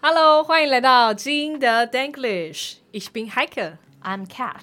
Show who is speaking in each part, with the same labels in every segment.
Speaker 1: Hello，欢迎来到金德 Danglish。Ich bin Hiker。
Speaker 2: I'm Cat，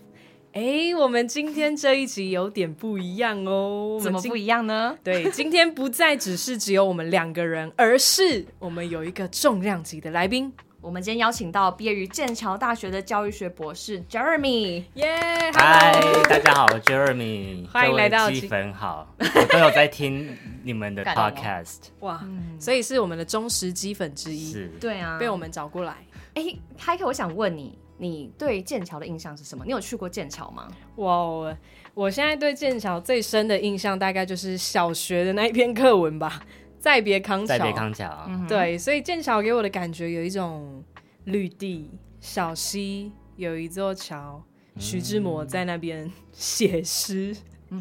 Speaker 1: 哎，我们今天这一集有点不一样哦。我们
Speaker 2: 怎么
Speaker 1: 今
Speaker 2: 不一样呢？
Speaker 1: 对，今天不再只是只有我们两个人，而是我们有一个重量级的来宾。
Speaker 2: 我们今天邀请到毕业于剑桥大学的教育学博士 Jeremy。
Speaker 1: 耶、
Speaker 3: 嗨
Speaker 1: hello，
Speaker 3: 大家好，我 Jeremy，
Speaker 1: 欢迎来到
Speaker 3: 各位基粉好，我都有在听你 们的
Speaker 2: 感动哦
Speaker 3: podcast，
Speaker 1: 哇、
Speaker 2: 嗯
Speaker 1: 所以是我们的忠实基粉之一，
Speaker 3: 是
Speaker 2: 对啊，
Speaker 1: 被我们找过来。
Speaker 2: 哎，开克，我想问你，你对剑桥的印象是什么？你有去过剑桥吗？
Speaker 1: 哇哦！我现在对剑桥最深的印象，大概就是小学的那一篇课文吧，《再别康桥
Speaker 3: 在》。北康桥，嗯
Speaker 1: 对，所以剑桥给我的感觉有一种绿地、小溪，有一座桥。徐志摩在那边写诗，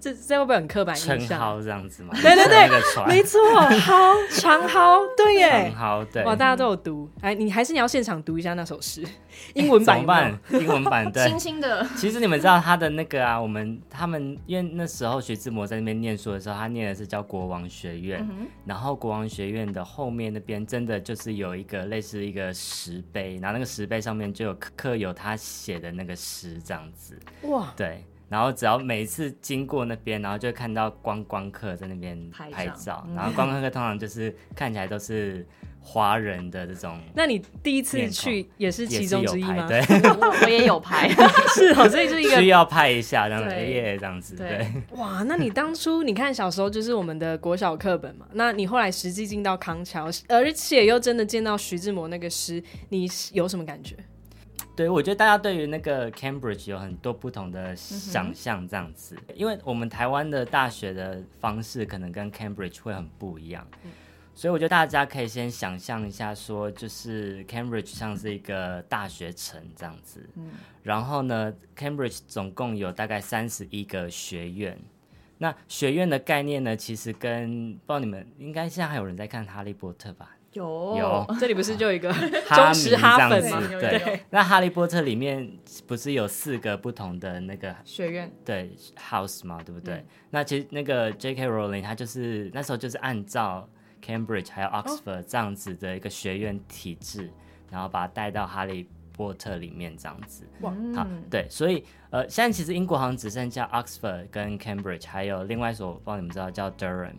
Speaker 1: 这这会不会很刻板
Speaker 3: 称
Speaker 1: 印象？
Speaker 3: 号这样子吗？
Speaker 1: 对对对
Speaker 3: 那个船，
Speaker 1: 没错，蒿长蒿，对耶
Speaker 3: 称，号对，
Speaker 1: 哇，大家都有读。哎，你还是你要现场读一下那首诗，英文
Speaker 3: 怎
Speaker 1: 版有
Speaker 3: 么
Speaker 1: 没有
Speaker 3: 办？英文版 对
Speaker 2: 轻。轻的，
Speaker 3: 其实你们知道他的那个啊，我们他们因为那时候徐志摩在那边念书的时候，他念的是叫国王学院，
Speaker 1: 嗯
Speaker 3: 然后国王学院的后面那边真的就是有一个类似一个石碑，然后那个石碑上面就有刻刻有他写的那个诗这样子，
Speaker 1: 哇，
Speaker 3: 对，然后只要每一次经过那边，然后就会看到观光客在那边
Speaker 2: 拍
Speaker 3: 拍
Speaker 2: 照
Speaker 3: 照，
Speaker 1: 嗯
Speaker 3: 然后观光客通常就是看起来都是华人的这种，
Speaker 1: 那你第一次
Speaker 3: 面孔
Speaker 1: 去也 是
Speaker 3: 也
Speaker 1: 其
Speaker 3: 是
Speaker 1: 中
Speaker 3: 有
Speaker 1: 之一
Speaker 3: 拍，
Speaker 1: 吗？
Speaker 3: 对，
Speaker 2: 我我也有拍。
Speaker 1: 是哦，所以就是一个
Speaker 3: 需要拍一下这样子，
Speaker 2: 对
Speaker 3: 耶，这样子，
Speaker 2: 对
Speaker 3: 对，
Speaker 1: 哇，那你当初你看小时候就是我们的国小课本嘛，那你后来实际进到康桥，而且又真的见到徐志摩那个诗，你有什么感 觉？
Speaker 3: 对，我觉得大家对于那个 Cambridge 有很多不同的想象，这样子，因为我们台湾的大学的方式可能跟 Cambridge 会很不一样，所以我觉得大家可以先想象一下，说就是 Cambridge 像是一个大学城这样子，然后呢，Cambridge 总共有大概三十一个学院。那学院的概念呢，其实跟不知道你们应该现在还有人在看《哈利波特》吧？
Speaker 2: 有
Speaker 3: 有，
Speaker 1: 这里不是就有一 个
Speaker 3: 哈
Speaker 1: 忠
Speaker 3: 迷
Speaker 1: 实
Speaker 3: 这
Speaker 1: 哈
Speaker 3: 样
Speaker 1: 粉吗？
Speaker 3: 子，
Speaker 2: 有有有
Speaker 3: 对。那《哈利波特》里面不是有四个不同的那个
Speaker 2: 学院，
Speaker 3: 对 house 嘛，对不对？那其实那个 J.K. Rowling 他就是那时候就是按照 Cambridge 还有 Oxford 这样子的一个学院体制，然后把它带到《哈利波特》里面这样子。
Speaker 1: 哇
Speaker 3: 好，对，所以呃，现在其实英国好像只剩下 Oxford 跟 Cambridge，还有另外一所，我不知道你们知道叫 Durham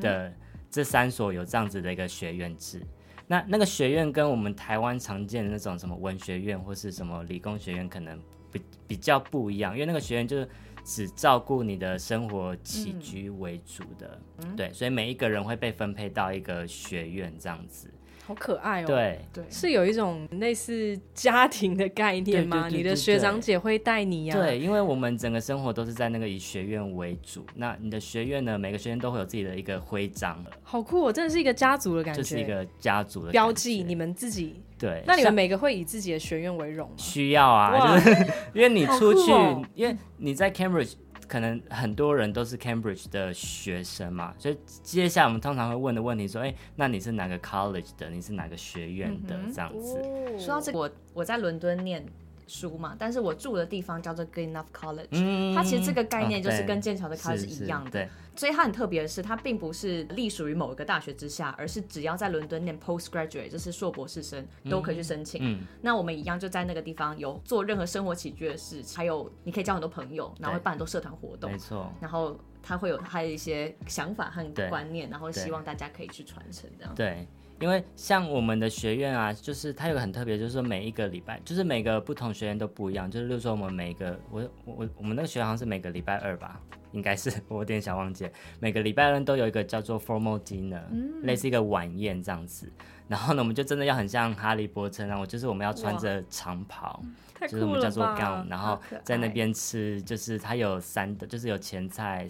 Speaker 3: 的、这三所有这样子的一个学院制。那那个学院跟我们台湾常见的那种什么文学院或是什么理工学院可能比比较不一样，因为那个学院就是只照顾你的生活起
Speaker 1: 嗯
Speaker 3: 居为主的，对，所以每一个人会被分配到一个学院这样子，
Speaker 1: 好可爱哦。，
Speaker 3: 对，
Speaker 2: 对，
Speaker 1: 是有一种类似家庭的概念吗？
Speaker 3: 对对对对
Speaker 1: 你的学长姐会带你呀、
Speaker 3: 对，因为我们整个生活都是在那个以学院为主。那你的学院呢，每个学院都会有自己的一个徽章，
Speaker 1: 好酷、哦，真的是一个家族的感觉，
Speaker 3: 就是一个家族的
Speaker 1: 标
Speaker 3: 感
Speaker 1: 记。
Speaker 3: 觉
Speaker 1: 你们自己，
Speaker 3: 对，
Speaker 1: 那你们
Speaker 3: 像
Speaker 1: 每个会以自己的学院为荣吗？
Speaker 3: 需要啊，
Speaker 1: 哇
Speaker 3: 就是 因为你
Speaker 1: 好
Speaker 3: 出
Speaker 1: 酷
Speaker 3: 去，
Speaker 1: 哦
Speaker 3: 因为你在 Cambridge。可能很多人都是 Cambridge 的学生嘛，所以接下来我们通常会问的问题说，哎、那你是哪个 college 的？你是哪个学院的？
Speaker 2: 嗯
Speaker 3: 这样子，
Speaker 2: 说到这个，我我在伦敦念书嘛，但是我住的地方叫做 Good Enough College，、
Speaker 3: 嗯
Speaker 2: 它其实这个概念
Speaker 3: 嗯
Speaker 2: 就是
Speaker 3: 对
Speaker 2: 跟剑哦桥的 college
Speaker 3: 是
Speaker 2: 一样的
Speaker 3: 对，
Speaker 2: 所以它很特别的是，它并不是隶属于某一个大学之下，而是只要在伦敦念 postgraduate，就是硕博士生，都可以去申请。
Speaker 3: 嗯，
Speaker 2: 那我们一样就在那个地方有做任何生活起居的事情，还有你可以交很多朋友，然后会办很多社团活动
Speaker 3: 没，错。
Speaker 2: 然后他会有他的一些想法和
Speaker 3: 对
Speaker 2: 观念，然后
Speaker 3: 对
Speaker 2: 希望大家可以去传承这样。
Speaker 3: 对，因为像我们的学院啊，就是它有个很特别，就是说每一个礼拜，就是每个不同学院都不一样。就是例如说我们每个，我我我我们那个学院好像是每个礼拜二吧，应该是 我有点想忘记了，每个礼拜二都有一个叫做 formal dinner，、类似一个晚宴这样子。然后呢，我们就真的要很像哈利波特那样，就是我们要穿着长袍，
Speaker 1: 太
Speaker 3: 就是我
Speaker 1: 酷
Speaker 3: 们叫
Speaker 1: 了
Speaker 3: 做
Speaker 1: 吧
Speaker 3: gown，！然后
Speaker 2: 好可
Speaker 3: 在那
Speaker 2: 爱
Speaker 3: 边吃，就是它有三的，就是有前菜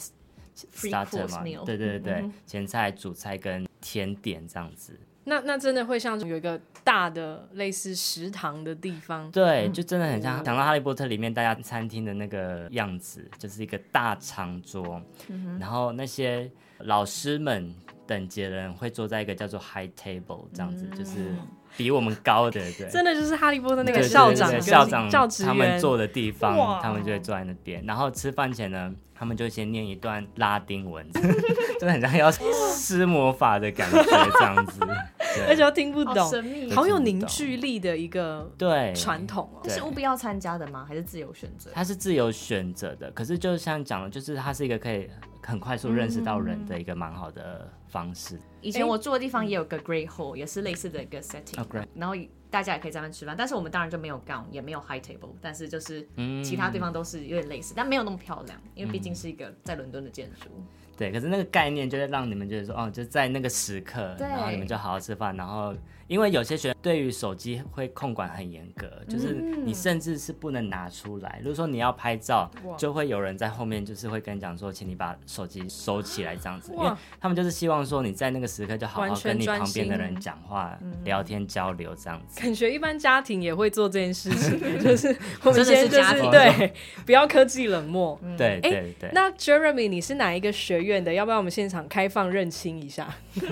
Speaker 2: Free
Speaker 3: starter
Speaker 2: course
Speaker 3: 嘛，
Speaker 2: meal 嗯
Speaker 3: 对对对对，前菜、主菜跟甜点这样子。
Speaker 1: 那那真的会像有一个大的类似食堂的地方，
Speaker 3: 对，就真的很
Speaker 2: 嗯
Speaker 3: 像讲到《哈利波特》里面大家餐厅的那个样子，就是一个大长桌，
Speaker 2: 嗯
Speaker 3: 然后那些老师们等级的人会坐在一个叫做 high table 这样子，就是
Speaker 2: 嗯
Speaker 3: 比我们 高的，对。
Speaker 1: 真的就是哈利波特那个
Speaker 3: 对对
Speaker 1: 校
Speaker 3: 对
Speaker 1: 长
Speaker 3: 对
Speaker 1: 跟
Speaker 3: 校长
Speaker 1: 教职
Speaker 3: 他们
Speaker 1: 员。
Speaker 3: 坐的地
Speaker 1: 哇
Speaker 3: 方，他们就会坐在那边。然后吃饭前呢，他们就先念一 段拉丁文，真的很像要施魔法的感觉这样子。
Speaker 1: 而且又听不
Speaker 2: 好
Speaker 1: 懂，
Speaker 2: 神秘。
Speaker 1: 好有凝聚力的一个
Speaker 3: 对，
Speaker 1: 传统哦。
Speaker 2: 这是
Speaker 3: 对
Speaker 2: 务必要参加的吗？还是自由选择？
Speaker 3: 它是自由选择的，可是就像讲的，就是它是一个可以很快速认识到人的一个蛮好的方式。
Speaker 2: 以前我住的地方也有个 Great Hall，也是类似的一个 setting，、
Speaker 3: 哦，great
Speaker 2: 然后大家也可以在那边吃饭，但是我们当然就没有 gown，也没有 high table，但是就是
Speaker 3: 嗯
Speaker 2: 其他地方都是有点类似，但没有那么漂亮，因为毕竟是一个在伦敦的建筑。
Speaker 3: 对，可是那个概念就会让你们觉得说，哦，就在那个时刻，
Speaker 2: 对
Speaker 3: 然后你们就好好吃饭，然后因为有些学生对于手机会控管很严格，就是你甚至是不能拿出来。如果说你要拍照
Speaker 1: 嗯哇，
Speaker 3: 就会有人在后面就是会跟你讲说，请你把手机收起来这样子，因
Speaker 1: 哇
Speaker 3: 为他们就是希望说你在那个时刻就好
Speaker 1: 完
Speaker 3: 好
Speaker 1: 全
Speaker 3: 跟你
Speaker 1: 专
Speaker 3: 旁边的
Speaker 1: 心嗯
Speaker 3: 人讲话、聊天、交流这样子。
Speaker 1: 感觉一般家庭也会做这件事 情，就是我们今天就
Speaker 2: 真的是家
Speaker 1: 是
Speaker 2: 庭
Speaker 1: 对，不要科技冷漠。
Speaker 3: 对
Speaker 1: 哎
Speaker 3: 对对，
Speaker 1: 那 Jeremy，你是哪一个学院的？要不要我们现场开放认清一下？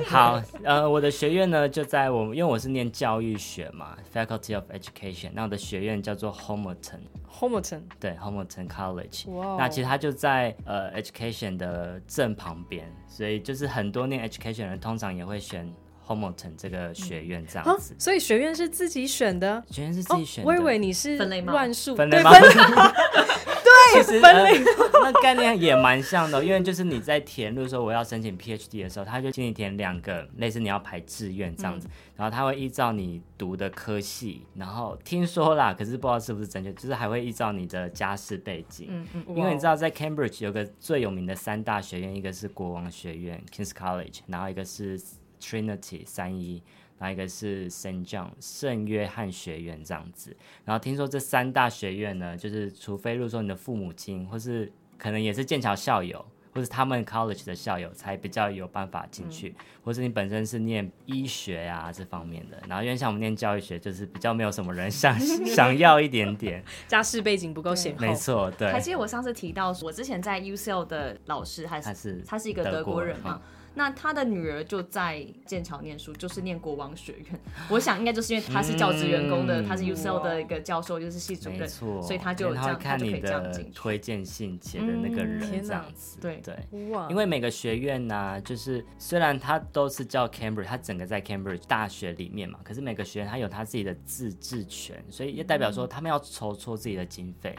Speaker 3: 好，呃，我的学院呢就在我，因为我是念教育学嘛，Faculty of Education，那我的学院叫做 Homerton。
Speaker 1: Homerton，
Speaker 3: 对，Hamilton College。
Speaker 1: 哇哦
Speaker 3: 那其实它就在呃 education 的正旁边，所以就是很多念 education 的人通常也会选 Hamilton 这个学院这样子。
Speaker 1: 啊所以学院是自己选的。哦
Speaker 3: 学院是自己选
Speaker 1: 嗯
Speaker 3: 的。
Speaker 1: 我以为你是
Speaker 2: 分类吗
Speaker 1: 乱数，
Speaker 3: 分类
Speaker 1: 对
Speaker 3: 吗？
Speaker 1: 分
Speaker 3: 对，其实分类、呃、那概念也蛮像的，因为就是你在填，例如说我要申请 PhD 的时候，他就请你填两个类似你要排志愿这
Speaker 1: 嗯
Speaker 3: 样子，然后他会依照你读的科系，然后听说啦，可是不知道是不是正确，就是还会依照你的家世背景，因为你知道在 Cambridge 有个最有名的三大学院，一个是国王学院 King's College，然后一个是 Trinity 三一。然后一个是 St. John 圣约翰学院这样子，然后听说这三大学院呢，就是除非如果说你的父母亲，或是可能也是剑桥校友，或是他们 college 的校友，才比较有办法进去，或是你本身是念医学啊这方面的，然后因为像我们念教育学，就是比较没有什么人想 想要一点点，
Speaker 1: 家世背景不够显
Speaker 3: 没
Speaker 1: 厚。
Speaker 3: 错，对
Speaker 2: 还，记得我上次提到，我之前在 UCL 的老师还
Speaker 3: 他是
Speaker 2: 他是一个德国人嘛
Speaker 3: 嗯。
Speaker 2: 那他的女儿就在剑桥念书，就是念国王学院。我想应该就是因为他是教职员工的，
Speaker 3: 嗯
Speaker 2: 他是 UCL 的一个教授，就是系主
Speaker 3: 没
Speaker 2: 任，
Speaker 3: 错，
Speaker 2: 所以他就
Speaker 3: 因
Speaker 2: 有
Speaker 3: 为
Speaker 2: 这
Speaker 3: 他会
Speaker 2: 样，他
Speaker 3: 看
Speaker 2: 就可
Speaker 3: 你
Speaker 2: 以这样
Speaker 3: 的
Speaker 2: 进去。
Speaker 3: 推荐信写的那个
Speaker 2: 嗯
Speaker 1: 天
Speaker 3: 人这
Speaker 1: 哪
Speaker 3: 样子，
Speaker 2: 对
Speaker 3: 对。
Speaker 1: 哇
Speaker 3: 因为每个学院呢、就是虽然它都是叫 Cambridge，它整个在 Cambridge 大学里面嘛，可是每个学院它有它自己的自治权，所以也代表说
Speaker 2: 嗯
Speaker 3: 他们要筹措自己的经费。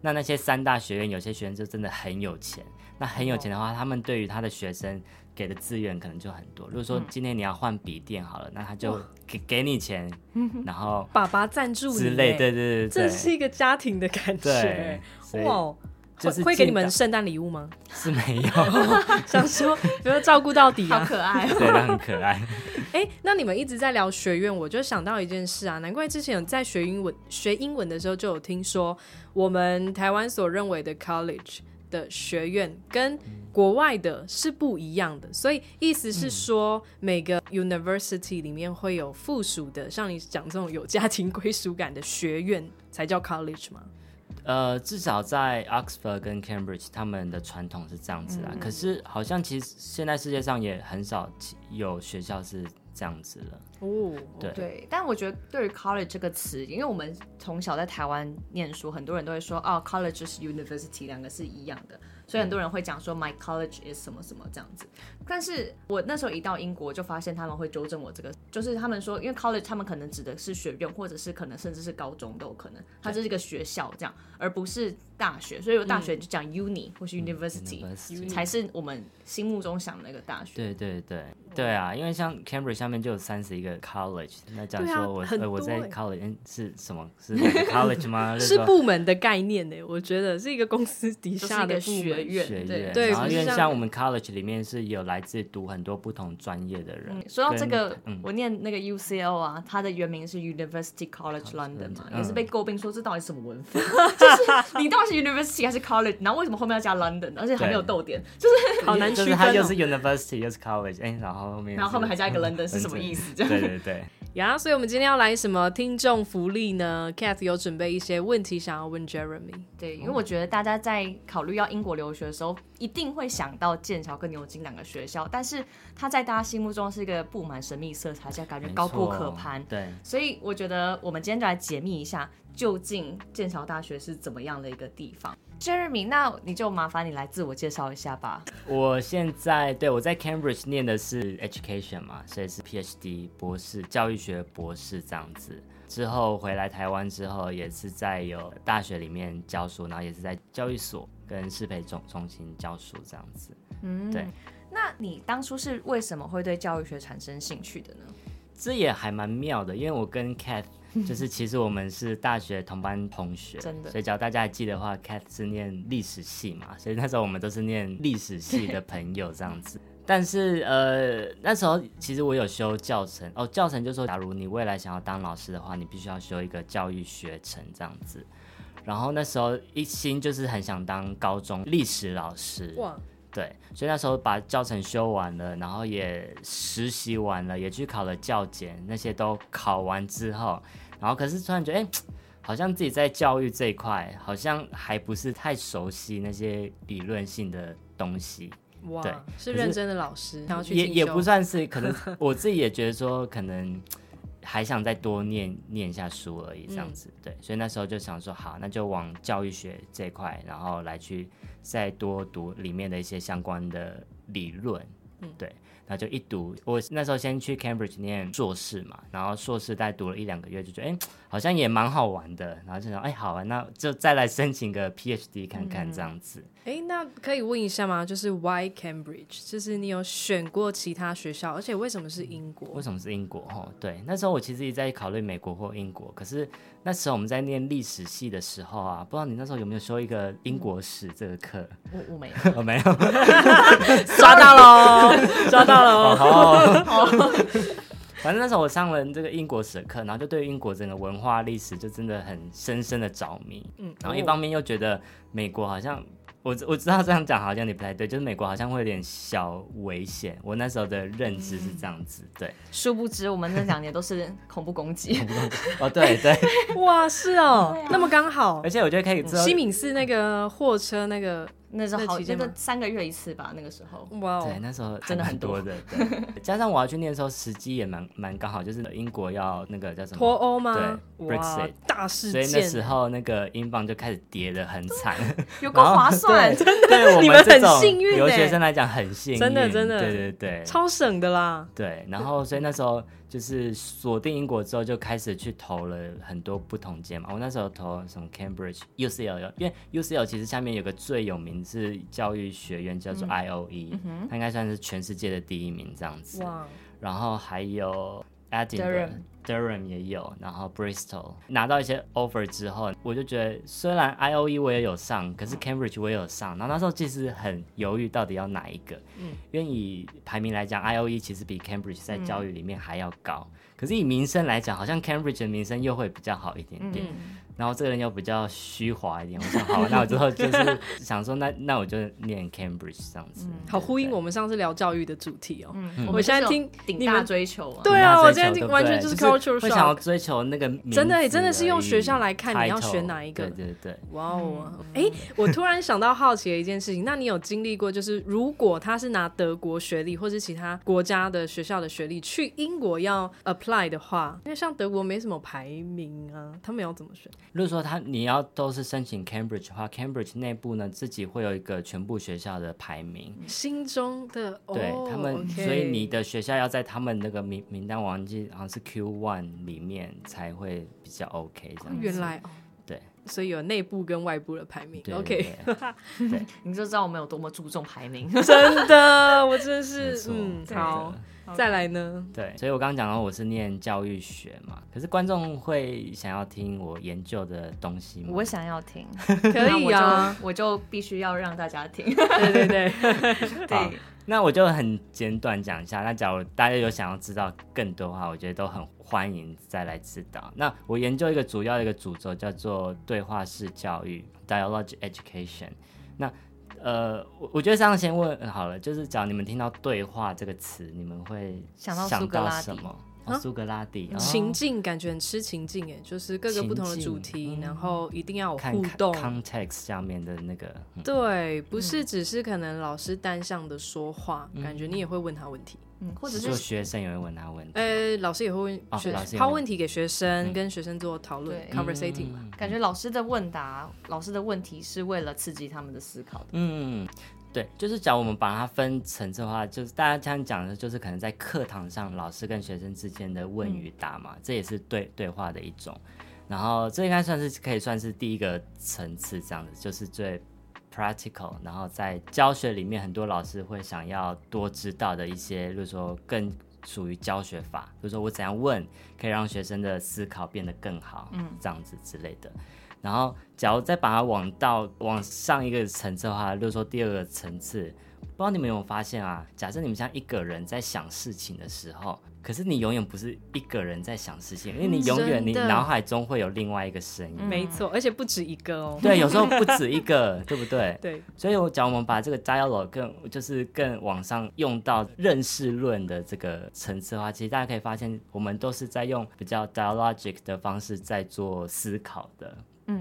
Speaker 3: 那那些三大学院，有些学院就真的很有钱，那很有钱的话，他们对于他的学生给的资源可能就很多。如果
Speaker 2: 嗯
Speaker 3: 说今天你要换笔电好了，那他就给给 你钱，然后
Speaker 1: 爸爸赞助你
Speaker 3: 之类，
Speaker 1: 耶，
Speaker 3: 对对对
Speaker 1: 这是
Speaker 3: 对
Speaker 1: 一个家庭的 感
Speaker 3: 对
Speaker 1: 觉。，
Speaker 3: 所以
Speaker 1: 哇哦，
Speaker 3: 就
Speaker 1: 会
Speaker 3: 是
Speaker 1: 会给你
Speaker 3: 进
Speaker 1: 们
Speaker 3: 到
Speaker 1: 圣诞礼物吗？
Speaker 3: 是没有，
Speaker 1: 想说，比如说照顾到底
Speaker 2: 好
Speaker 1: 啊。
Speaker 2: 可爱哦。
Speaker 3: 对，它很可爱。
Speaker 1: 哎、那你们一直在聊学院，我就想到一件事啊，难怪之前有在学英文学英文的时候就有听说，我们台湾所认为的 college 的学院跟国外的是不一样的，所以意思是说，
Speaker 3: 嗯
Speaker 1: 每个 university 里面会有附属的，像你讲这种有家庭归属感的学院才叫 college 吗？
Speaker 3: 呃，至少在 Oxford 跟 Cambridge，他们的传统是这样
Speaker 1: 嗯
Speaker 3: 子啦。可是好像其实现在世界上也很少其有学校是这样子了。
Speaker 1: 哦，
Speaker 3: 对
Speaker 2: 对，但我觉得对于 college 这个词，因为我们从小在台湾念书，很多人都会说哦，college 就是 university 两个是一样的，所以很多人会讲说 my college is 什么什么这样子。但是我那时候一到英国，就发现他们会纠正我这个，就是他们说，因为 college 他们可能指的是学院，或者是可能甚至是高中都有可能，它就是一个学校这样，而不是大学。所以有大学就讲 uni 或是 university，、
Speaker 3: University
Speaker 2: 才是我们心目中想的那个大学。
Speaker 3: 对对对对啊，因为像 Cambridge 下面就有三十一个 college，那讲
Speaker 1: 对啊
Speaker 3: 说我、
Speaker 1: 很
Speaker 3: 呃我
Speaker 1: 多
Speaker 3: 在
Speaker 1: 欸
Speaker 3: college 嗯是什么是哪 个 college 吗？就是说
Speaker 1: 部门的概念呢、我觉得是一个公司底
Speaker 2: 就是
Speaker 1: 下
Speaker 2: 一
Speaker 1: 的
Speaker 2: 个
Speaker 1: 部门
Speaker 2: 学院，
Speaker 3: 学
Speaker 2: 对
Speaker 3: 院，
Speaker 1: 对
Speaker 3: 然后
Speaker 1: 不是
Speaker 3: 因为
Speaker 1: 像
Speaker 3: 像我们 college 里面是有来自读很多不同专业的人，
Speaker 2: 说到这
Speaker 3: 跟
Speaker 2: 个，
Speaker 3: 嗯
Speaker 2: 我念那个 UCL 啊，它的原名是 University College London 嘛，
Speaker 3: 嗯
Speaker 2: 也是被诟病说这到底什么文法？ 就是你到底是 University 还是 College？然后为什么后面要加 London？而且还没有逗点，就是
Speaker 1: 好难
Speaker 3: 就
Speaker 1: 区
Speaker 3: 是
Speaker 1: 分、
Speaker 3: 它
Speaker 1: 哦。
Speaker 3: 又是 university 又是 college，哎、然后后面
Speaker 2: 然后
Speaker 3: 是
Speaker 2: 后面还加一个 London 是什么意思？这样
Speaker 3: 嗯对对 对。
Speaker 1: 呀所以我们今天要来什么听众福利呢？Cat 有准备一些问题想要问 Jeremy。
Speaker 2: 对，因为我觉得大家在考虑要英国留学的时候，一定会想到剑桥跟牛津两个学校，但是它在大家心目中是一个布满神秘色彩，而且感觉
Speaker 3: 没
Speaker 2: 高不
Speaker 3: 错
Speaker 2: 可攀。
Speaker 3: 对，
Speaker 2: 所以我觉得我们今天就来解密一下，究竟剑桥大学是怎么样的一个地方。 Jeremy，那你就麻烦你来自我介绍一下吧。
Speaker 3: 我现在对我在 Cambridge 念的是 education 嘛，所以是 PhD 博士，教育学博士这样子。之后回来台湾之后，也是在有大学里面教书，然后也是在教育所跟适培中中心教书这样子。
Speaker 2: 嗯
Speaker 3: 对，
Speaker 2: 那你当初是为什么会对教育学产生兴趣的呢？
Speaker 3: 这也还蛮妙的，因为我跟 Cat 就是其实我们是大学同班同学，
Speaker 2: 真的
Speaker 3: 所以只要大家还记得的话，Cat 是念历史系嘛，所以那时候我们都是念历史系的朋友这样 子。但是呃，那时候其实我有修教程哦，教程就说，假如你未来想要当老师的话，你必须要修一个教育学程这样子。然后那时候一心就是很想当高中历史老师，
Speaker 1: 哇，
Speaker 3: 对，所以那时候把教程修完了，然后也实习完了，也去考了教检，那些都考完之后，然后可是突然觉得，哎、好像自己在教育这一块好像还不是太熟悉那些理论性的东西，
Speaker 1: 哇
Speaker 3: 对，
Speaker 1: 是
Speaker 3: 可是
Speaker 1: 认真的老师，想要去
Speaker 3: 也
Speaker 1: 进
Speaker 3: 也
Speaker 1: 修
Speaker 3: 不算是，可 能我自己也觉得说，可能还想再多念念一下书而已，这
Speaker 1: 嗯
Speaker 3: 样子、对，所以那时候就想说，好，那就往教育学这一块，然后来去再多读里面的一些相关的理论，嗯，对，那就一读，我那时候先去 Cambridge 念硕士嘛，然后硕士大概读了一两个月，就觉得哎、好像也蛮好玩的，然后就想哎、好玩，那就再来申请个 PhD 看看这样子。
Speaker 1: 哎，那可以问一下吗？就是 Why Cambridge？就是你有选过其他学校，而且为什么是英国
Speaker 3: 为？什么是英国？哦，对，那时候我其实一直在考虑美国或英国，可是那时候我们在念历史系的时候啊，不知道你那时候有没有修一个英国史这个课？
Speaker 2: 我我 没有，
Speaker 3: 我、没有，
Speaker 1: 抓到喽，抓到喽！
Speaker 3: 哦，好 反正那时候我上了这个英国史的课，然后就对英国整个文化历史就真的很深深的着迷。
Speaker 1: 嗯
Speaker 3: 然后一方面又觉得美国好像，我我知道这样讲好像你不太对，就是美国好像会有点小危险。我那时候的认知是这样子，对，
Speaker 2: 殊不知我们那两年都是恐怖攻击。
Speaker 3: 哦，对对，
Speaker 1: 哇，是哦，那么刚好
Speaker 3: 啊而。且我觉得可以之后
Speaker 1: 西敏寺那个货车那个，
Speaker 2: 那时候
Speaker 1: 那
Speaker 2: 好，
Speaker 1: 期间
Speaker 2: 那
Speaker 1: 吗
Speaker 2: 个三个月一次吧，那个时候。
Speaker 1: 哇
Speaker 3: 对，
Speaker 1: 哦，
Speaker 3: 那时候还
Speaker 2: 真的
Speaker 3: 蛮
Speaker 2: 很
Speaker 3: 多
Speaker 2: 多
Speaker 3: 的，对加上我要去念的时候，时机也蛮蛮刚好，就是英国要那个叫什
Speaker 1: 脱
Speaker 3: 么，
Speaker 1: 欧吗？哇
Speaker 3: 对 Brexit，
Speaker 1: 大事
Speaker 3: 所以那时
Speaker 1: 件！
Speaker 3: 候那个英镑就开始跌的很 惨，
Speaker 2: 有够划算，
Speaker 3: 真的，对我
Speaker 1: 你们
Speaker 3: 这
Speaker 1: 很
Speaker 3: 种
Speaker 1: 幸运
Speaker 3: 留学
Speaker 1: 欸
Speaker 3: 生来讲很幸运，
Speaker 1: 真的真的
Speaker 3: 对对对，
Speaker 1: 超省的啦，
Speaker 3: 对，然后所以那时候就是锁定英国之后，就开始去投了很多不同间嘛。我那时候投什么 Cambridge、UCL，因为 UCL 其实下面有个最有名是教育学院叫
Speaker 1: 嗯
Speaker 3: 做 IOE，、它应该算是全世界的第一名这样子。
Speaker 1: 哇，
Speaker 3: 然后还有 Edinburgh、Durham 也有，然后 Bristol 拿到一些 offer 之后，我就觉得虽然 IOE 我也有上，可是 Cambridge 我也有上，然后那时候其实很犹豫到底要哪一个，嗯，因为以排名来讲，IOE 其实比 Cambridge 在教育里面还要高，可是以名声来讲，好像 Cambridge 的名声又会比较好一点点，然后这个人又比较虚华一点，我想好，那我之后就是想说那那我就念 Cambridge 这样子，
Speaker 1: 好呼应
Speaker 3: 对嗯
Speaker 1: 我们上次聊教育的主题哦。
Speaker 2: 嗯我
Speaker 1: 我
Speaker 2: 们
Speaker 1: 现在
Speaker 2: 就是有
Speaker 1: 听
Speaker 2: 顶
Speaker 1: 你
Speaker 2: 大
Speaker 1: 们
Speaker 2: 追求啊。
Speaker 1: 对
Speaker 3: 很
Speaker 1: 啊，
Speaker 3: 大
Speaker 1: 我现
Speaker 3: 追
Speaker 1: 在
Speaker 3: 求
Speaker 1: 听
Speaker 3: 对不
Speaker 1: 完全
Speaker 3: 对就是
Speaker 1: culture
Speaker 3: 会想要
Speaker 1: shock。
Speaker 3: 追求那个名字
Speaker 1: 真的耶欸真的是用
Speaker 3: 而已
Speaker 1: 学校来看你要
Speaker 3: title，
Speaker 1: 选哪一个
Speaker 3: 对对对，
Speaker 1: 哇哦！
Speaker 3: 嗯
Speaker 1: 哎，我突然想到好奇的一件事情，那你有经历过，就是如果他是拿德国学历或是其他国家的学校的学历去英国要 apply 的话，因为像德国没什么排名啊，他们要怎么选？
Speaker 3: 如果说他你要都是申请 Cambridge 的话，Cambridge 内部呢自己会有一个全部学校的排名，
Speaker 1: 心中的哦，
Speaker 3: 对他们
Speaker 1: OK
Speaker 3: 所以你的学校要在他们那个名名单，我忘记好像是 Q one 里面才会比较 OK 这样子。
Speaker 1: 原来哦，
Speaker 3: 对，
Speaker 1: 所以有内部跟外部的排名。
Speaker 3: 对
Speaker 1: OK，
Speaker 3: 对对
Speaker 2: 你就知道我们有多么注重排名。
Speaker 1: 真的，我真
Speaker 3: 没
Speaker 1: 是
Speaker 3: 错
Speaker 1: 嗯，
Speaker 3: 真的
Speaker 1: 好，再来 呢？
Speaker 3: 对，所以我刚刚讲到我是念教育学嘛，可是观众会想要听我研究的东西吗？
Speaker 2: 我想要听，
Speaker 1: 可
Speaker 2: 那
Speaker 1: 以
Speaker 2: 我
Speaker 1: 啊，
Speaker 2: 就我就必须要让大家听。
Speaker 1: 对对对，
Speaker 3: 好
Speaker 2: 对，
Speaker 3: 那我就很简短讲一下。那假如大家有想要知道更多的话，我觉得都很欢迎再来知道。那我研究一个主要的一个主轴叫做对话式教育 （dialogue education）。那呃，我我觉得这样先问好了，就是假如你们听到“对话”这个词，你们会
Speaker 2: 想到苏
Speaker 3: 想
Speaker 2: 格拉
Speaker 3: 到
Speaker 2: 底
Speaker 3: 什么？哦苏格拉底，哦
Speaker 1: 情境感觉很吃情境哎，就是各个不同的主
Speaker 3: 情境
Speaker 1: 题，
Speaker 3: 嗯
Speaker 1: 然后一定要有
Speaker 3: 看
Speaker 1: 互动。
Speaker 3: context 下面的那个，嗯嗯
Speaker 1: 对，不是只是可能老师单向的说话，感觉你也会问他问题。
Speaker 2: 嗯，或者
Speaker 3: 说
Speaker 2: 是
Speaker 3: 学生也会问他问题，
Speaker 1: 呃，老师也会问
Speaker 3: 嗯哦
Speaker 1: 学
Speaker 3: 老师也
Speaker 1: 抛
Speaker 3: 会
Speaker 1: 问题给学生，跟学生做讨论
Speaker 2: 对
Speaker 1: ，conversating 嘛。
Speaker 3: 嗯
Speaker 2: 感觉老师的问答、老师的问题是为了刺激他们的思考的。
Speaker 3: 嗯，对，就是假如我们把它分层次的话，就是大家这样讲的，就是可能在课堂上老师跟学生之间的问与答嘛，这也是对对话的一种。然后这应该算是可以算是第一个层次，这样子就是最 practical。然后在教学里面，很多老师会想要多知道的一些，比如说更属于教学法，比如说我怎样问可以让学生的思考变得更好，嗯，这样子之类的。然后，假如再把它往到往上一个层次的话，例如说第二个层次，不知道你们有没有发现啊？假设你们像一个人在想事情的时候，可是你永远不是一个人在想事情，因为你永远
Speaker 1: 真
Speaker 3: 你
Speaker 1: 的
Speaker 3: 脑海中会有另外一个声音。
Speaker 1: 没错，而且不止一个哦。
Speaker 3: 对，有时候不止一个， 对不对？
Speaker 1: 对，
Speaker 3: 所以我讲，我们把这个 dialog 更就是更往上用到认识论的这个层次的话，其实大家可以发现，我们都是在用比较 dialogic 的方式在做思考的，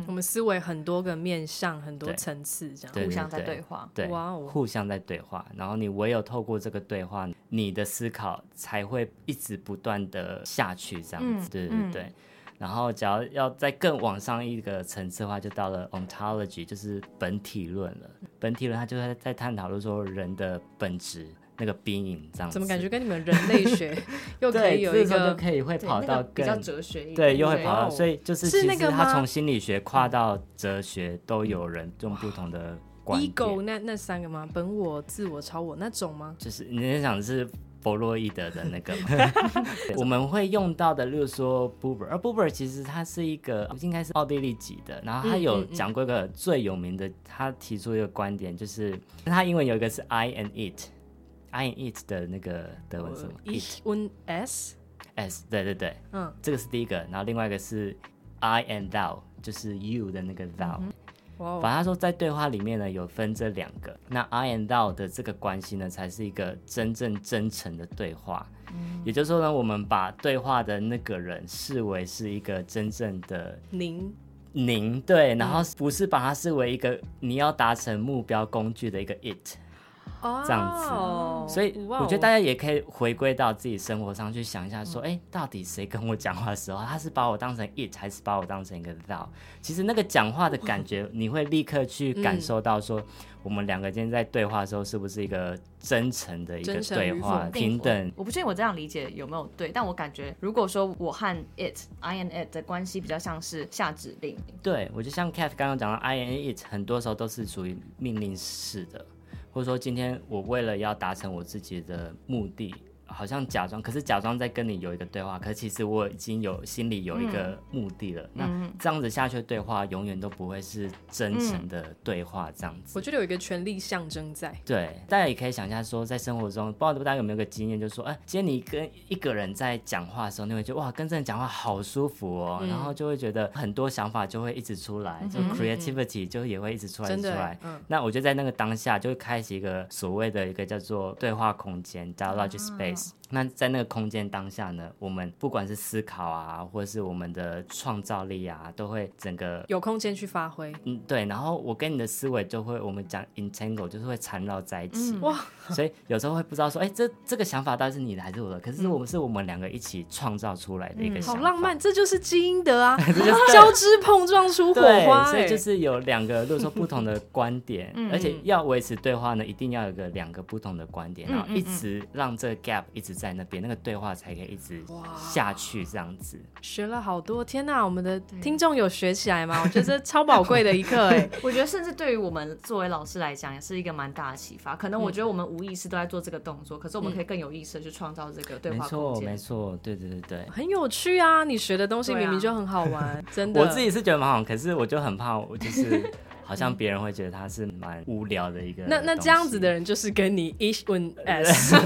Speaker 1: 我们思维很多个面向，很多
Speaker 3: 对
Speaker 1: 层次这样。
Speaker 3: 对
Speaker 2: 互相在
Speaker 3: 对
Speaker 2: 对话，
Speaker 3: 对，
Speaker 1: 哇哦
Speaker 3: 互相在对话，然后你唯有透过这个对话，你的思考才会一直不断的下去，这样子，
Speaker 1: 嗯
Speaker 3: 对对对。然后，只要要再更往上一个层次的话，就到了 ontology，就是本体论了。本体论它就是在探讨，就是说人的本质那个 being 这样子。
Speaker 1: 怎么感觉跟你们人类 学又可以
Speaker 3: 对，
Speaker 1: 有
Speaker 3: 这
Speaker 1: 一
Speaker 3: 时候就
Speaker 1: 个
Speaker 3: 可以会
Speaker 2: 对
Speaker 3: 跑
Speaker 2: 那
Speaker 3: 到
Speaker 2: 个比较
Speaker 3: 更
Speaker 2: 哲学一点，
Speaker 3: 对，又会
Speaker 2: 对
Speaker 3: 跑
Speaker 1: 哇哦
Speaker 3: 到，所以就是
Speaker 1: 是
Speaker 3: 其
Speaker 1: 那
Speaker 3: 实
Speaker 1: 个
Speaker 3: 他
Speaker 1: 吗嗯
Speaker 3: 从心理学跨到哲学，都有人用不同的观点。
Speaker 1: ego 那那三个吗？本我、自我、超我那种吗？
Speaker 3: 就是你在想的是弗洛伊德的那个吗？ 我们会用到的，例如说 Buber，而 Buber 其实他是一个应该是奥地利籍的，然后他
Speaker 1: 嗯
Speaker 3: 有
Speaker 1: 嗯嗯
Speaker 3: 讲过一个最有名的，他提出一个观点，就是他英文有一个是 I and it，I and it 的那个德文是什么
Speaker 1: 一
Speaker 3: ？it
Speaker 1: un s
Speaker 3: s 对对对，
Speaker 1: 呃嗯，
Speaker 3: 这个是第一个，然后另外一个是 I and thou，就是 you 的那个 thou，、
Speaker 1: 哇哦，
Speaker 3: 反正他说，在对话里面呢，有分这两个。那 I and thou 的这个关系呢，才是一个真正真诚的对话。
Speaker 1: 嗯
Speaker 3: 也就是说呢，我们把对话的那个人视为是一个真正的
Speaker 1: 您
Speaker 3: 您，对，然
Speaker 1: 嗯
Speaker 3: 后不是把它视为一个你要达成目标工具的一个 it。
Speaker 1: 哦
Speaker 3: 这样子
Speaker 2: 哦
Speaker 3: 所以我觉得大家也可以回归到自己生活上去想一下，
Speaker 1: 嗯
Speaker 3: 说，哎、到底谁跟我讲话的时候，他是把我当成 it 还是把我当成一个 thou？其实那个讲话的感觉，你会立刻去
Speaker 1: 嗯
Speaker 3: 感受到说，我们两个今天在对话的时候，是不是一个真诚的一个
Speaker 1: 真诚
Speaker 3: 对
Speaker 1: 与
Speaker 3: 话，
Speaker 1: 否
Speaker 3: 平等。
Speaker 2: 我不确定我这样理解有没有对，但我感觉如果说我和 it、I and it 的关系比较像是下指令，
Speaker 3: 对我就像 Cat 刚刚讲到，I and it 很多时候都是属于命令式的，或者说今天我为了要达成我自己的目的，好像假装，可是假装在跟你有一个对话，可是其实我已经有心里有一个目的了。那这样子下去的对话，永远都不会是真诚的对话，这样子。
Speaker 1: 我觉得有一个权力象征在，
Speaker 3: 对，大家也可以想一下说，在生活中，不知道大家有没有个经验，就是说，哎、今天你跟一个人在讲话的时候，你会觉得哇，跟这人讲话好舒服哦，然后就会觉得很多想法就会一直出来，就 creativity 就也会一直出来一
Speaker 1: 真
Speaker 3: 直出
Speaker 1: 的
Speaker 3: 来
Speaker 1: 欸，。嗯，
Speaker 3: 那我觉得在那个当下，就会开启一个所谓的一个叫做对话空间 （dialogue space）。那在那个空间当下呢，我们不管是思考啊，或是我们的创造力啊，都会整个
Speaker 1: 有空间去发挥，
Speaker 3: 嗯，对，然后我跟你的思维就会，我们讲 entangle 就是会缠绕在一起，哇，所以有时候会不知道说，哎、这这个想法到底是你的还是我的？可是我们是我们两个一起创造出来的一个想
Speaker 1: 好
Speaker 3: 法，
Speaker 1: 浪漫，这就是基因的啊，
Speaker 3: 这就是
Speaker 1: 交织碰撞出火
Speaker 3: 对，
Speaker 1: 花，
Speaker 3: 所
Speaker 1: 哎
Speaker 3: 以就是有两个，如果说不同的观点， 而且要维持对话呢，一定要有个两个不同的观点，然后一直让这个 gap 一直在那边，那个对话才可以一直下去这样子。
Speaker 1: 学了好多，天哪，我们的听众有学起来吗？我觉得这超宝贵的一课， 哎，
Speaker 2: 我觉得甚至对于我们作为老师来讲，也是一个蛮大的启发。可能
Speaker 3: 嗯
Speaker 2: 我觉得我们无意识都在做这个动作，可是我们可以更有意识的去创造这个对
Speaker 3: 没
Speaker 2: 话空
Speaker 3: 错，
Speaker 2: 间。
Speaker 3: 没错，对对对对。
Speaker 1: 很有趣啊，你学的东西
Speaker 2: 对啊
Speaker 1: 明明就很好玩，真的，
Speaker 3: 我自己是觉得蛮好，可是我就很怕，我就是 好像别人会觉得他是蛮无聊的一个。
Speaker 1: 那那这样子的，人就是跟你 ish when s，
Speaker 3: 对，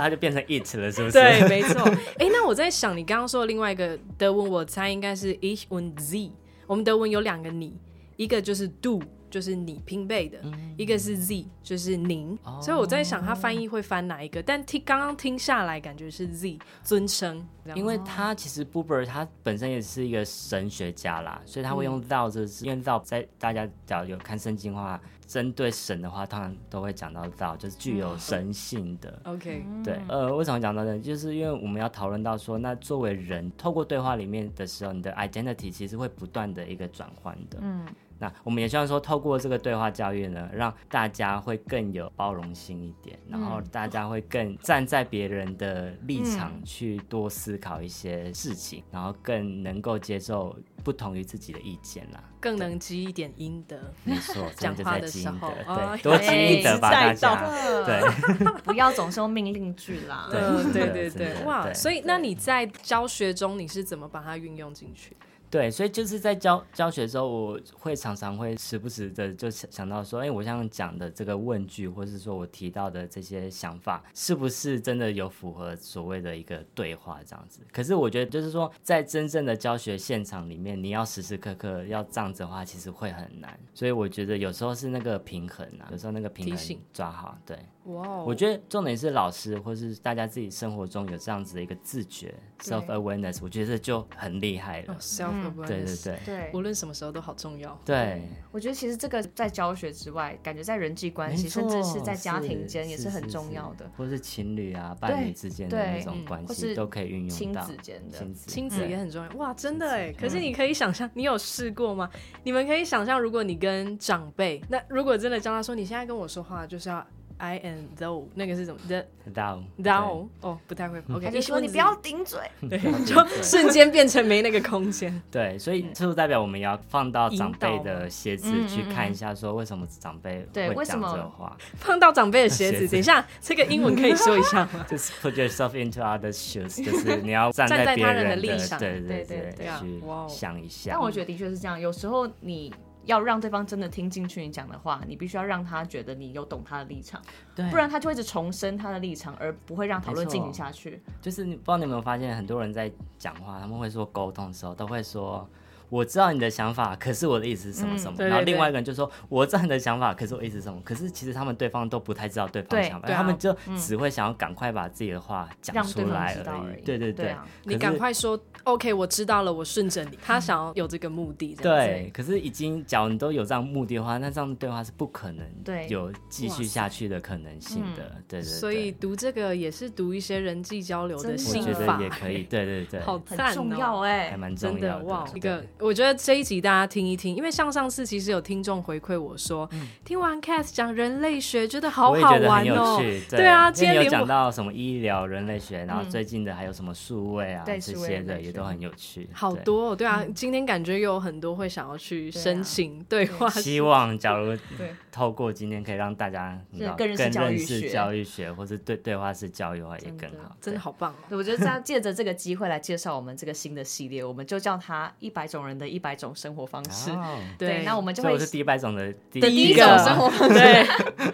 Speaker 3: 他就变成 it 了， 是不是？
Speaker 1: 对，没错。哎、那我在想，你刚刚说的另外一个德文，我猜应该是 ich und sie。我们德文有两个你，一个就是 du，就是你拼背的，
Speaker 3: 嗯
Speaker 1: 一个是 Z 就是您，
Speaker 3: 哦
Speaker 1: 所以我在想他翻译会翻哪一个，但听刚刚听下来感觉是 Z 尊称，这样
Speaker 3: 因为他其实 Buber 他本身也是一个神学家啦，所以他会
Speaker 1: 嗯
Speaker 3: 用 thou 这个字，因为 thou 在大家假如有看圣经的话，针对神的话，通常都会讲到 thou，就是具有神性的。
Speaker 1: OK，
Speaker 3: 对，呃，为什么讲到这？就是因为我们要讨论到说，那作为人，透过对话里面的时候，你的 identity 其实会不断的一个转换的。嗯，那我们也希望说，透过这个对话教育呢，让大家会更有包容心一点，然
Speaker 1: 嗯
Speaker 3: 后大家会更站在别人的立场去多思考一些事情，然后更能够接受不同于自己的意见啦。
Speaker 1: 更能积一点阴德。
Speaker 3: 没 错，
Speaker 1: 讲
Speaker 3: 真的就
Speaker 1: 话
Speaker 3: 在
Speaker 1: 的
Speaker 3: 积
Speaker 1: 时
Speaker 3: 阴德
Speaker 1: 候，哦
Speaker 3: 对，多积阴德吧，大
Speaker 1: 哎
Speaker 3: 家。对，
Speaker 2: 不要总是用命令句啦。
Speaker 3: 对
Speaker 1: 嗯，对
Speaker 3: 对
Speaker 1: 对
Speaker 3: 真的
Speaker 1: 对，
Speaker 3: 对
Speaker 1: 哇！
Speaker 3: 对
Speaker 1: 所以那你在教学中你是怎么把它运用进去？
Speaker 3: 对，所以就是在教教学的时候，我会常常会时不时的就想想到说，哎，我像讲的这个问句，或是说我提到的这些想法，是不是真的有符合所谓的一个对话这样子？可是我觉得，就是说，在真正的教学现场里面，你要时时刻刻要这样子的话，其实会很难。所以我觉得有时候是那个平衡啊，有时候那个平
Speaker 1: 提
Speaker 3: 衡
Speaker 1: 醒
Speaker 3: 抓好，对。
Speaker 1: 哇哦，
Speaker 3: 我觉得重点是老师或是大家自己生活中有这样子的一个自觉 self awareness，我觉得这就很厉害了。
Speaker 1: 哦 self
Speaker 3: 对对
Speaker 1: awareness，
Speaker 3: 对
Speaker 2: 对
Speaker 1: 无论什么时候都好重要。
Speaker 3: 对，
Speaker 2: 我觉得其实这个在教学之外，感觉在人际关
Speaker 3: 没
Speaker 2: 系，甚至
Speaker 3: 错
Speaker 2: 是在家庭间也
Speaker 3: 是
Speaker 2: 很重要的，，
Speaker 3: 或是情侣啊、伴侣之间的
Speaker 2: 对
Speaker 3: 那种关
Speaker 2: 或
Speaker 3: 系
Speaker 2: 是
Speaker 3: 都可以运用
Speaker 2: 亲
Speaker 3: 到
Speaker 2: 子。间的。
Speaker 3: 亲子
Speaker 1: 亲子
Speaker 3: 对嗯
Speaker 1: 也很重要，哇，真的哎！可是你可以想象，你有试过吗？你们可以想象，如果你跟长辈，那如果真的教他说，你现在跟我说话就是要 I and thou，那个是什么？the
Speaker 3: 到
Speaker 1: thou 哦，不太
Speaker 3: 嗯
Speaker 1: 会。OK，
Speaker 2: 他就
Speaker 1: 一
Speaker 2: 说
Speaker 1: 问
Speaker 2: 你
Speaker 1: 自
Speaker 2: 不
Speaker 1: 己
Speaker 2: 要顶嘴，
Speaker 3: 对 对
Speaker 1: 就
Speaker 3: 对
Speaker 1: 瞬间变成没那个空间。
Speaker 3: 对，所以这就代表我们也要放到
Speaker 1: 引
Speaker 3: 长
Speaker 1: 导
Speaker 3: 辈的鞋
Speaker 2: 嗯
Speaker 3: 子
Speaker 2: 嗯
Speaker 3: 去
Speaker 2: 嗯
Speaker 3: 看一下，说为什么长辈
Speaker 2: 对为
Speaker 3: 会
Speaker 2: 什
Speaker 3: 讲
Speaker 2: 么
Speaker 3: 这话，
Speaker 1: 放到长辈的鞋
Speaker 3: 鞋
Speaker 1: 子，
Speaker 3: 子
Speaker 1: 等一下，这个英文可以说一下 吗？
Speaker 3: 就是 put yourself into other shoes，就是 你要站
Speaker 1: 站在
Speaker 3: 在别
Speaker 1: 他人的
Speaker 3: 人
Speaker 1: 立
Speaker 3: 的
Speaker 1: 场
Speaker 3: 对
Speaker 2: 对
Speaker 3: 对
Speaker 2: 对
Speaker 1: 对啊哇哦
Speaker 3: 去想一下。
Speaker 2: 但我觉得的确是这样。有时候你要让对方真的听进去你讲的话，你必须要让他觉得你有懂他的立场，
Speaker 3: 对
Speaker 2: 不然他就会一直重申他的立场，而不会让讨论
Speaker 3: 哎没错
Speaker 2: 进行下去。
Speaker 3: 就是你不知道你有没有发现，很多人在讲话，他们会说沟通的时候都会说。我知道你的想法，可是我的意思是什么什么。
Speaker 1: 嗯对对
Speaker 3: 然后另
Speaker 1: 对
Speaker 3: 外一个人就说：“我知道你的想法，可是我的意思是什么。”可是其实他们对方都不太知道对方的
Speaker 2: 对
Speaker 3: 想法，
Speaker 1: 对啊
Speaker 3: 他们就只会想要赶快把自己的话讲
Speaker 2: 让
Speaker 3: 出
Speaker 2: 对方
Speaker 3: 来
Speaker 2: 知道而已
Speaker 3: 对对
Speaker 2: 对啊
Speaker 1: 你赶。快说，OK，我知道了，我顺着你。他想要有这个目的，这
Speaker 3: 可是
Speaker 1: 样子，
Speaker 3: 嗯对，可是已经，假如你都有这样目的的话，那这样的对话是不可能
Speaker 2: 对
Speaker 3: 有继续下去的可能性的。对对对，
Speaker 1: 嗯所以读这个也是读一些人际交流的
Speaker 2: 真的
Speaker 3: 我
Speaker 1: 心
Speaker 3: 觉
Speaker 1: 法
Speaker 3: 得也，可以。对对对，
Speaker 1: 好
Speaker 2: 很
Speaker 1: 赞
Speaker 2: 重
Speaker 1: 哦
Speaker 2: 要哎、
Speaker 3: 还蛮重
Speaker 1: 真
Speaker 3: 要
Speaker 1: 的哇！一
Speaker 3: 对
Speaker 1: 个，我觉得这一集大家听一听，因为像上次其实有听众回馈我说，听完 Cass 讲人类学，觉得好
Speaker 3: 嗯我也
Speaker 1: 好
Speaker 3: 觉得
Speaker 1: 玩
Speaker 3: 很
Speaker 1: 哦
Speaker 3: 有。趣，
Speaker 1: 对啊
Speaker 3: 因为
Speaker 1: 今
Speaker 3: 你
Speaker 1: 天
Speaker 3: 有
Speaker 1: 连我嗯
Speaker 3: 讲到什么医疗、人类学，然后最近的还有什么数位啊
Speaker 2: 对
Speaker 3: 这
Speaker 2: 数位
Speaker 3: 些
Speaker 2: 人
Speaker 3: 的，
Speaker 2: 类
Speaker 3: 也
Speaker 2: 学
Speaker 3: 都很有趣。
Speaker 1: 好
Speaker 3: 对，
Speaker 1: 多、哦，对
Speaker 3: 嗯
Speaker 1: 啊，今天感觉又有很多会想要去
Speaker 2: 对啊
Speaker 1: 申请对话，
Speaker 3: 希望假如
Speaker 2: 对
Speaker 3: 透过今天可以让大家你知道
Speaker 2: 更认识
Speaker 3: 更
Speaker 2: 教育
Speaker 3: 认
Speaker 2: 学
Speaker 3: 识教育学，或是对对话式教育的话也
Speaker 2: 真的
Speaker 3: 更好。
Speaker 1: 真的
Speaker 3: 对
Speaker 1: 好棒哦！
Speaker 2: 对我觉得这样借着这个机会来介绍我们这个新的系列，我们就叫它“一百种人的一百种生活方式”
Speaker 3: 哦
Speaker 2: 对，那我们就
Speaker 3: 所以
Speaker 2: 会
Speaker 3: 我是第一百种的第
Speaker 2: 的第
Speaker 1: 一
Speaker 2: 种
Speaker 1: 个
Speaker 2: 生活方式，
Speaker 1: 对，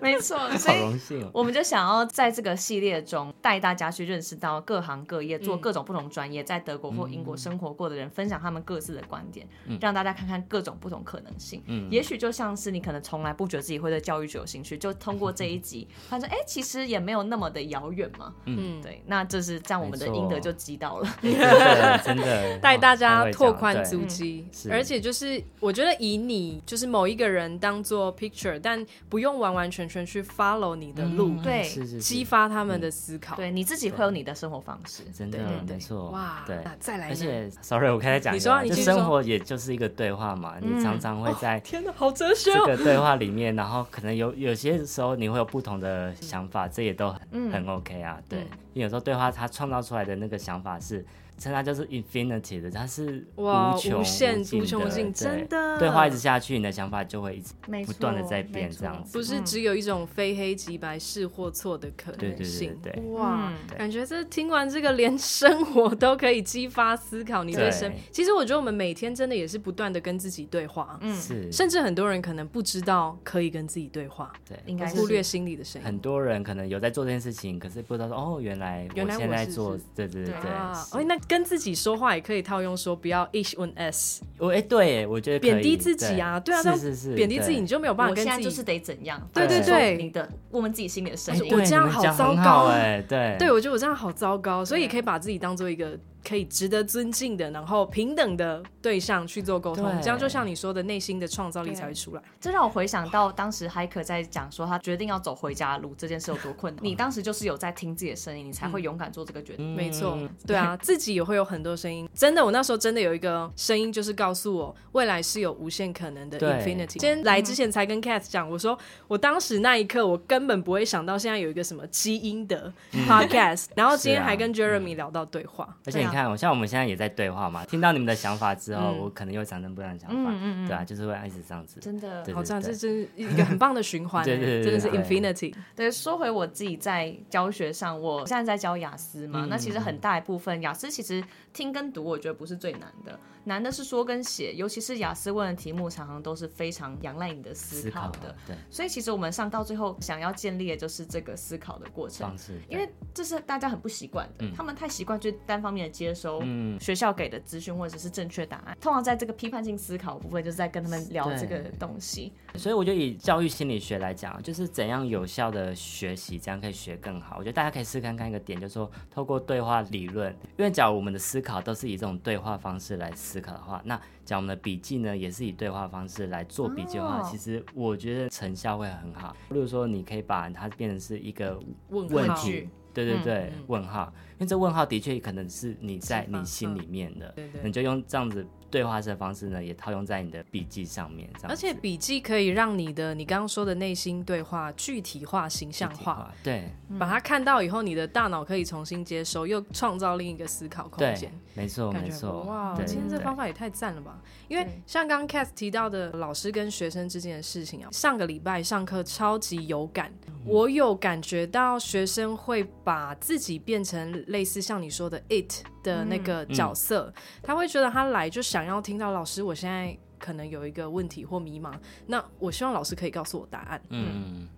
Speaker 2: 没错，所
Speaker 3: 好
Speaker 2: 以
Speaker 3: 荣幸哦。
Speaker 2: 我们就想要在这个系列中带大家去认识到各行各业、做
Speaker 1: 嗯
Speaker 2: 各种不同专业，在德国或英国生活过的人分享他们各自的观点，
Speaker 3: 嗯
Speaker 2: 让大家看看各种不同可能性。嗯，也许就像是你可能从来不觉得自己会对教育学有兴趣，就通过这一集，发现哎，其实也没有那么的遥远嘛。
Speaker 1: 嗯，
Speaker 2: 对，那这是这样，我们的应得就积到了。
Speaker 3: 真的真 的
Speaker 1: 带大家
Speaker 3: 哦
Speaker 1: 拓宽
Speaker 3: 太会
Speaker 1: 足
Speaker 3: 讲对
Speaker 1: 迹，
Speaker 3: 是
Speaker 1: 而且就是我觉得以你就是某一个人当做 picture，但不用完完全全去 follow 你的路，
Speaker 3: 嗯
Speaker 2: 对
Speaker 3: 是是
Speaker 1: 激
Speaker 3: 是，
Speaker 1: 发他们的思考。
Speaker 2: 对，你自己会有你的生活方式。
Speaker 3: 真的
Speaker 1: 对对
Speaker 3: 没错。
Speaker 1: 哇，
Speaker 3: 对，
Speaker 1: 那再来
Speaker 3: 而
Speaker 1: 呢，
Speaker 3: 且，sorry，我刚才讲
Speaker 1: 你
Speaker 3: 一
Speaker 1: 说啊
Speaker 3: 个，
Speaker 1: 你
Speaker 3: 就
Speaker 1: 继续说嗯哦
Speaker 3: 生活也就是一个对话嘛，你常常会在
Speaker 1: 天哪，好哲学
Speaker 3: 这
Speaker 1: 哦！
Speaker 3: 个对话里面，然后可能有有些时候你会有不同的想法，这也都很、
Speaker 1: 嗯
Speaker 3: 很 OK 啊。对，因为有时候对话它创造出来的那个想法是，称它就是 infinity 的，它是
Speaker 1: 哇
Speaker 3: 穷
Speaker 1: 无限
Speaker 3: 尽
Speaker 1: 无穷
Speaker 3: 的
Speaker 1: 尽
Speaker 3: 对
Speaker 1: 真的
Speaker 3: 对话一直下去，你的想法就会一直
Speaker 2: 没
Speaker 3: 不
Speaker 2: 错
Speaker 3: 断的在
Speaker 2: 没
Speaker 3: 变
Speaker 2: 错
Speaker 3: 这样子。
Speaker 1: 不
Speaker 2: 嗯
Speaker 1: 是只有一种非黑即白、是或错的可能性。
Speaker 3: 对对对对
Speaker 1: 哇，
Speaker 2: 嗯
Speaker 3: 对
Speaker 1: 感觉这听完这个，连生活都可以激发思考。你对
Speaker 3: 对
Speaker 1: 生，其实我觉得我们每天真的也是不断的跟自己对话，
Speaker 2: 嗯
Speaker 3: 是，
Speaker 1: 甚至很多人可能不知道可以跟自己对话，
Speaker 3: 对。
Speaker 2: 应该是
Speaker 1: 忽略心里的声音。
Speaker 3: 很多人可能有在做这件事情，可是不知道说哦，原来
Speaker 1: 原
Speaker 3: 我
Speaker 1: 来
Speaker 3: 现
Speaker 1: 我
Speaker 3: 在
Speaker 1: 是
Speaker 3: 做
Speaker 1: 是，
Speaker 3: 对对对
Speaker 1: 啊，
Speaker 3: 对，
Speaker 1: 哎，那跟自己说话也可以套用说不要 ich und es
Speaker 3: 我哎、对耶，我觉得可以
Speaker 1: 贬低自己啊，
Speaker 3: 对
Speaker 1: 啊，
Speaker 3: 是
Speaker 1: 那
Speaker 3: 是是
Speaker 1: 贬低自己，你
Speaker 3: 对
Speaker 1: 就没有办法
Speaker 2: 我
Speaker 1: 跟
Speaker 2: 现在
Speaker 1: 自
Speaker 2: 就
Speaker 1: 己
Speaker 2: 是得怎样？
Speaker 1: 对
Speaker 3: 对
Speaker 2: 就是说
Speaker 1: 对
Speaker 2: 你的我们自己心里的声
Speaker 3: 哎
Speaker 2: 音。
Speaker 1: 我
Speaker 3: 对
Speaker 1: 这样
Speaker 3: 你们
Speaker 1: 好
Speaker 3: 讲
Speaker 1: 糟
Speaker 3: 很
Speaker 1: 糕啊
Speaker 3: 好哎，对
Speaker 1: 对，我觉得我这样好糟糕，所以也可以把自己当做一个可以值得尊敬的，然后平等的对象去做沟通，
Speaker 3: 对
Speaker 1: 这样就像你说的，内心的创造力
Speaker 2: 对
Speaker 1: 才会出来。
Speaker 2: 这让我回想到当时 Hiker 在讲说他决定要走回家的路这件事有多困难。你当时就是有在听自己的声音，你才会勇敢做这个决定。
Speaker 1: 没错，对 啊，自己也会有很多声音。真的，我那时候真的有一个声音，就是告诉我未来是有无限可能的
Speaker 3: 对
Speaker 1: infinity。今天来之前才跟 Cat 讲，我说我当时那一刻我根本不会想到现在有一个什么基因的 podcast，、然后今天
Speaker 3: 嗯是啊嗯
Speaker 1: 还跟 Jeremy 聊到对话。
Speaker 3: 而且你
Speaker 2: 对啊
Speaker 3: 看，我像我们现在也在对话嘛，听到你们的想法之后，我可能又产生不一样的想法，
Speaker 2: 嗯嗯嗯
Speaker 3: 对啊，就是会一直这样子。
Speaker 2: 真的，
Speaker 3: 对
Speaker 1: 好，这样这真是一个很棒的循 环、欸，
Speaker 3: 对对对对
Speaker 1: 真的是
Speaker 3: 对
Speaker 1: infinity。
Speaker 2: 对，说回我自己在教学上，我现在在教雅思嘛，那其实很大一部分雅思其实听跟读，我觉得不是最难的，难的是说跟写，尤其是雅思问的题目，常常都是非常仰赖你的思
Speaker 3: 思
Speaker 2: 考
Speaker 3: 考
Speaker 2: 的，
Speaker 3: 对
Speaker 2: 所以其实我们上到最后想要建立的就是这个思考的过程
Speaker 3: 方。式，
Speaker 2: 因为这是大家很不习惯的，他们太习惯就单方面的接收学校给的资讯或者是正确答案。通常在这个批判性思考部分，就是在跟他们聊
Speaker 3: 对
Speaker 2: 这个东西。
Speaker 3: 对所以我就以教育心理学来讲，就是怎样有效的学习，这样可以学更好。我觉得大家可以试看看一个点，就是说透过对话理论，因为假如我们的思考都是以这种对话方式来思考的话，那讲我们的笔记呢，也是以对话方式来做笔记的话，
Speaker 2: 哦
Speaker 3: 其实我觉得成效会很好。例如说，你可以把它变成是一个
Speaker 1: 问
Speaker 3: 问
Speaker 1: 号
Speaker 3: 题，对对对，
Speaker 1: 嗯
Speaker 3: 问号，因为这问号的确可能是你在
Speaker 1: 是吧
Speaker 3: 你心里面的，
Speaker 1: 对对
Speaker 3: 你就用这样子对话式的方式呢，也套用在你的笔记上面，这样子。
Speaker 1: 而且笔记可以让你的你刚刚说的内心对话具体化、形象
Speaker 3: 具体嗯
Speaker 1: 化，，
Speaker 3: 对
Speaker 1: 把它看到以后，你的大脑可以重新接收，又创造另一个思考空
Speaker 3: 对
Speaker 1: 间。，
Speaker 3: 没错
Speaker 1: 感
Speaker 3: 没
Speaker 1: 觉很
Speaker 3: 错，
Speaker 1: 不哇，
Speaker 3: 对
Speaker 1: 今天这
Speaker 3: 对
Speaker 1: 方法也太赞了吧！因为
Speaker 2: 对
Speaker 1: 像刚刚 Cat 提到的老师跟学生之间的事情啊，上个礼拜上课超级有感，
Speaker 3: 嗯
Speaker 1: 我有感觉到学生会把自己变成类似像你说的 it 的那个
Speaker 3: 嗯
Speaker 1: 角色，他会觉得他来就想要听到老师，我现在。可能有一个问题或迷茫，那我希望老师可以告诉我答案。
Speaker 3: 嗯，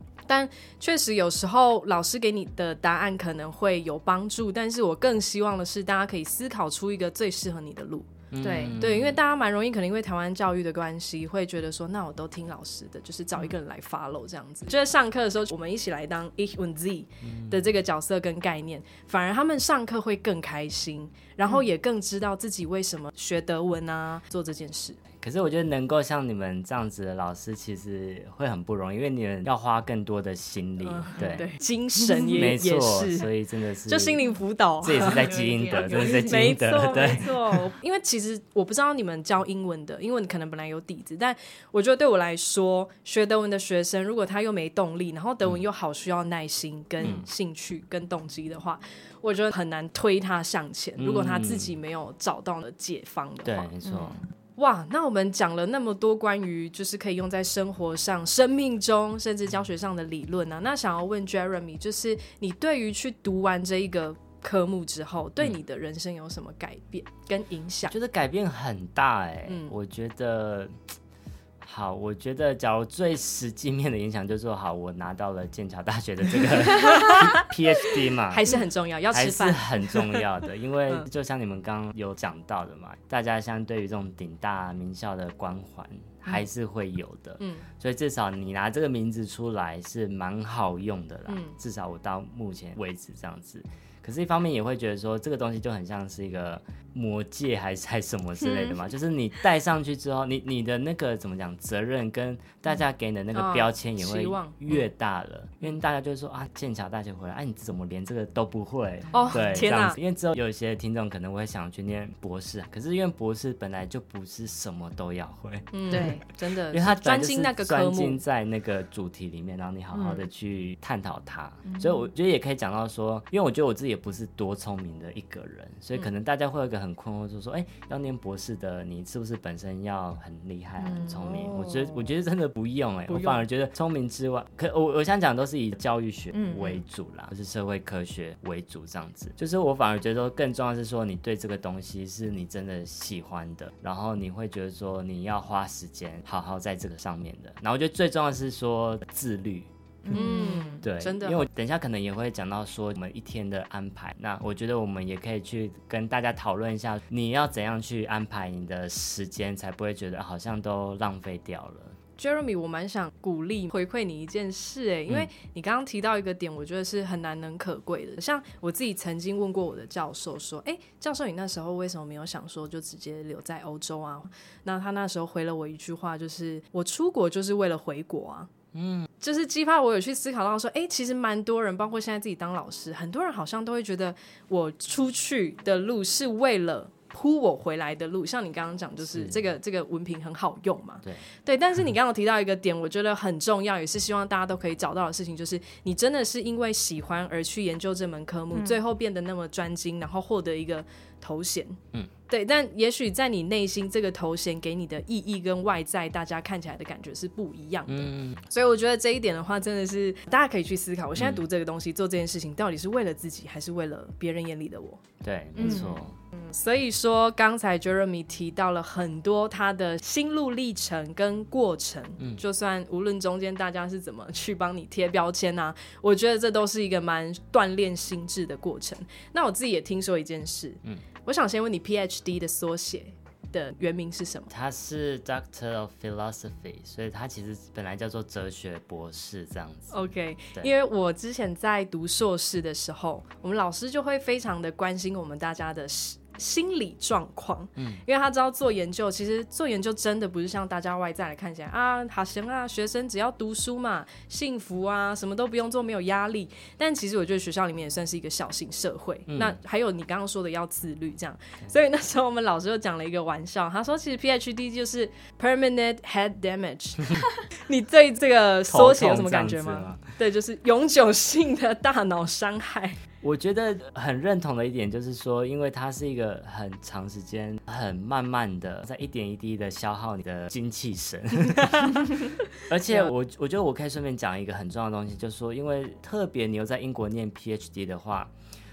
Speaker 1: 确实，有时候老师给你的答案可能会有帮助，但是我更希望的是，大家可以思考出一个最适合你的路。
Speaker 2: 对
Speaker 3: 嗯
Speaker 1: 对，因为大家蛮容易，可能因为台湾教育的关系，会觉得说，那我都听老师的，就是找一个人来 follow 这样子。就在上课的时候，我们一起来当 ich und sie
Speaker 3: 嗯
Speaker 1: 的这个角色跟概念，反而他们上课会更开心，然后也更知道自己为什么学德文啊，做这件事。
Speaker 3: 可是我觉得能够像你们这样子的老师，其实会很不容易，因为你们要花更多的心力，对，
Speaker 1: 嗯对，精神也
Speaker 3: 没
Speaker 1: 也
Speaker 3: 错，
Speaker 1: 是，
Speaker 3: 所以真的是，
Speaker 1: 就心灵辅导。
Speaker 3: 这也 是在基因的，真的是在基
Speaker 1: 没
Speaker 3: 因
Speaker 1: 错，
Speaker 3: 的，对
Speaker 1: 没。错。因为其实我不知道你们教英文的，英文可能本来有底子，但我觉得对我来说，学德文的学生，如果他又没动力，然后
Speaker 3: 嗯
Speaker 1: 德文又好需要耐心、跟兴趣、跟动机的话，我觉得很难推他向前。如果他自己没有找到了解方的
Speaker 3: 嗯对
Speaker 1: 话，，
Speaker 3: 没错，
Speaker 1: 哇，那我们讲了那么多关于就是可以用在生活上、生命中，甚至教学上的理论啊，那想要问 Jeremy，就是你对于去读完这一个科目之后，
Speaker 3: 嗯
Speaker 1: 对你的人生有什么改变跟影响？
Speaker 3: 觉得改变很大哎、
Speaker 1: 嗯
Speaker 3: 我觉得。好，我觉得假如最实际面的影响就是说，好，我拿到了剑桥大学的这个 PhD 嘛，
Speaker 1: 还是很重要，要
Speaker 3: 还
Speaker 1: 吃
Speaker 3: 是
Speaker 1: 饭。
Speaker 3: 很重要的，因为
Speaker 1: 嗯
Speaker 3: 就像你们刚刚有讲到的嘛，大家像对于这种顶大名校的光环还是会有的，
Speaker 1: 嗯
Speaker 3: 所以至少你拿这个名字出来是蛮好用的啦，
Speaker 1: 嗯
Speaker 3: 至少我到目前为止这样子。可是，一方面也会觉得说，这个东西就很像是一个魔戒，还是还是什么之类的
Speaker 1: 嗯
Speaker 3: 嘛。就是你戴上去之后，你你的那个怎么讲，责任跟大家给你的那
Speaker 1: 嗯
Speaker 3: 个标签也
Speaker 1: 期
Speaker 3: 会
Speaker 1: 望嗯
Speaker 3: 越大了，因为大家就会说啊，剑桥大学回来，哎、你怎么连这个都不会？
Speaker 1: 哦
Speaker 3: 对，
Speaker 1: 天
Speaker 3: 这样
Speaker 1: 哪
Speaker 3: 子因为之后有一些听众可能会想去念博士，啊可是因为博士本来就不是什么都要会，
Speaker 1: 嗯，
Speaker 2: 对，
Speaker 1: 真的，
Speaker 3: 因为他本来
Speaker 1: 专
Speaker 3: 就是
Speaker 1: 精那个科
Speaker 3: 专
Speaker 1: 目
Speaker 3: 精，在那个主题里面，然后你好好的去探讨它。
Speaker 1: 嗯
Speaker 3: 所以我觉得也可以讲到说，因为我觉得我自己也不是多聪明的一个人，所以可能大家会有一个很困惑，就是说，哎、要念博士的你是不是本身要很厉害、啊很聪明？我觉得我觉得真的不用哎、
Speaker 1: 嗯哦不
Speaker 3: 我
Speaker 1: 用
Speaker 3: 反而觉得聪明之外，可我我想讲都是以教育学
Speaker 1: 嗯
Speaker 3: 为主啦，就是社会科学为主这样子。就是我反而觉得说更重要的是说，你对这个东西是你真的喜欢的，然后你会觉得说你要花时间好好在这个上面的。然后我觉得最重要的是说自律。
Speaker 1: 嗯，
Speaker 3: 对，
Speaker 1: 真的
Speaker 3: 因为我等一下可能也会讲到说我们一天的安排，那我觉得我们也可以去跟大家讨论一下，你要怎样去安排你的时间，才不会觉得好像都浪费掉了。
Speaker 1: Jeremy，我蛮想鼓励回馈你一件事、哎，因为你刚刚提到一个点，我觉得是很难能可贵的。像我自己曾经问过我的教授说，哎、教授，你那时候为什么没有想说就直接留在欧洲啊？那他那时候回了我一句话，就是我出国就是为了回国啊。嗯，就是激发我有去思考到说，哎、其实蛮多人，包括现在自己当老师，很多人好像都会觉得我出去的路是为了铺我回来的路。像你刚刚讲，就是
Speaker 3: 是
Speaker 1: 这个这个文凭很好用嘛，
Speaker 3: 对，
Speaker 1: 对，但是你刚刚有提到一个点，我觉得很重要，也是希望大家都可以找到的事情，就是你真的是因为喜欢而去研究这门科目，最后变得那么专精，然后获得一个头衔。
Speaker 3: 嗯，
Speaker 1: 对。但也许在你内心，这个头衔给你的意义跟外在大家看起来的感觉是不一样的。
Speaker 3: 嗯，
Speaker 1: 所以我觉得这一点的话，真的是大家可以去思考，我现在读这个东西、做这件事情，到底是为了自己，还是为了别人眼里的我？
Speaker 3: 对，
Speaker 1: 嗯
Speaker 3: 没错。
Speaker 1: 所以说，刚才 Jeremy 提到了很多他的心路历程跟过程，就算无论中间大家是怎么去帮你贴标签啊，我觉得这都是一个蛮锻炼心智的过程。那我自己也听说一件事，嗯，我想先问你 PhD 的缩写的原名是什么？
Speaker 3: 他是 Doctor of Philosophy，所以他其实本来叫做哲学博士这样子。
Speaker 1: OK，
Speaker 3: 对
Speaker 1: 因为我之前在读硕士的时候，我们老师就会非常的关心我们大家的心心理状况，嗯，因为他知道做研究，其实做研究真的不是像大家外在来看起来啊，好行啊，学生只要读书嘛，幸福啊，什么都不用做，没有压力。但其实我觉得学校里面也算是一个小型社会。
Speaker 3: 嗯
Speaker 1: 那还有你刚刚说的要自律这样，所以那时候我们老师就讲了一个玩笑，他说其实 PhD 就是 permanent head damage。你 对这个缩写有什么感觉
Speaker 3: 头痛
Speaker 1: 吗
Speaker 3: 这样子吗？啊
Speaker 1: 对，就是永久性的大脑伤害。
Speaker 3: 我觉得很认同的一点就是说，因为它是一个很长时间、很慢慢的，在一点一滴的消耗你的精气神。而且我我觉得我可以顺便讲一个很重要的东西，就是说，因为特别你又在英国念 PhD 的话，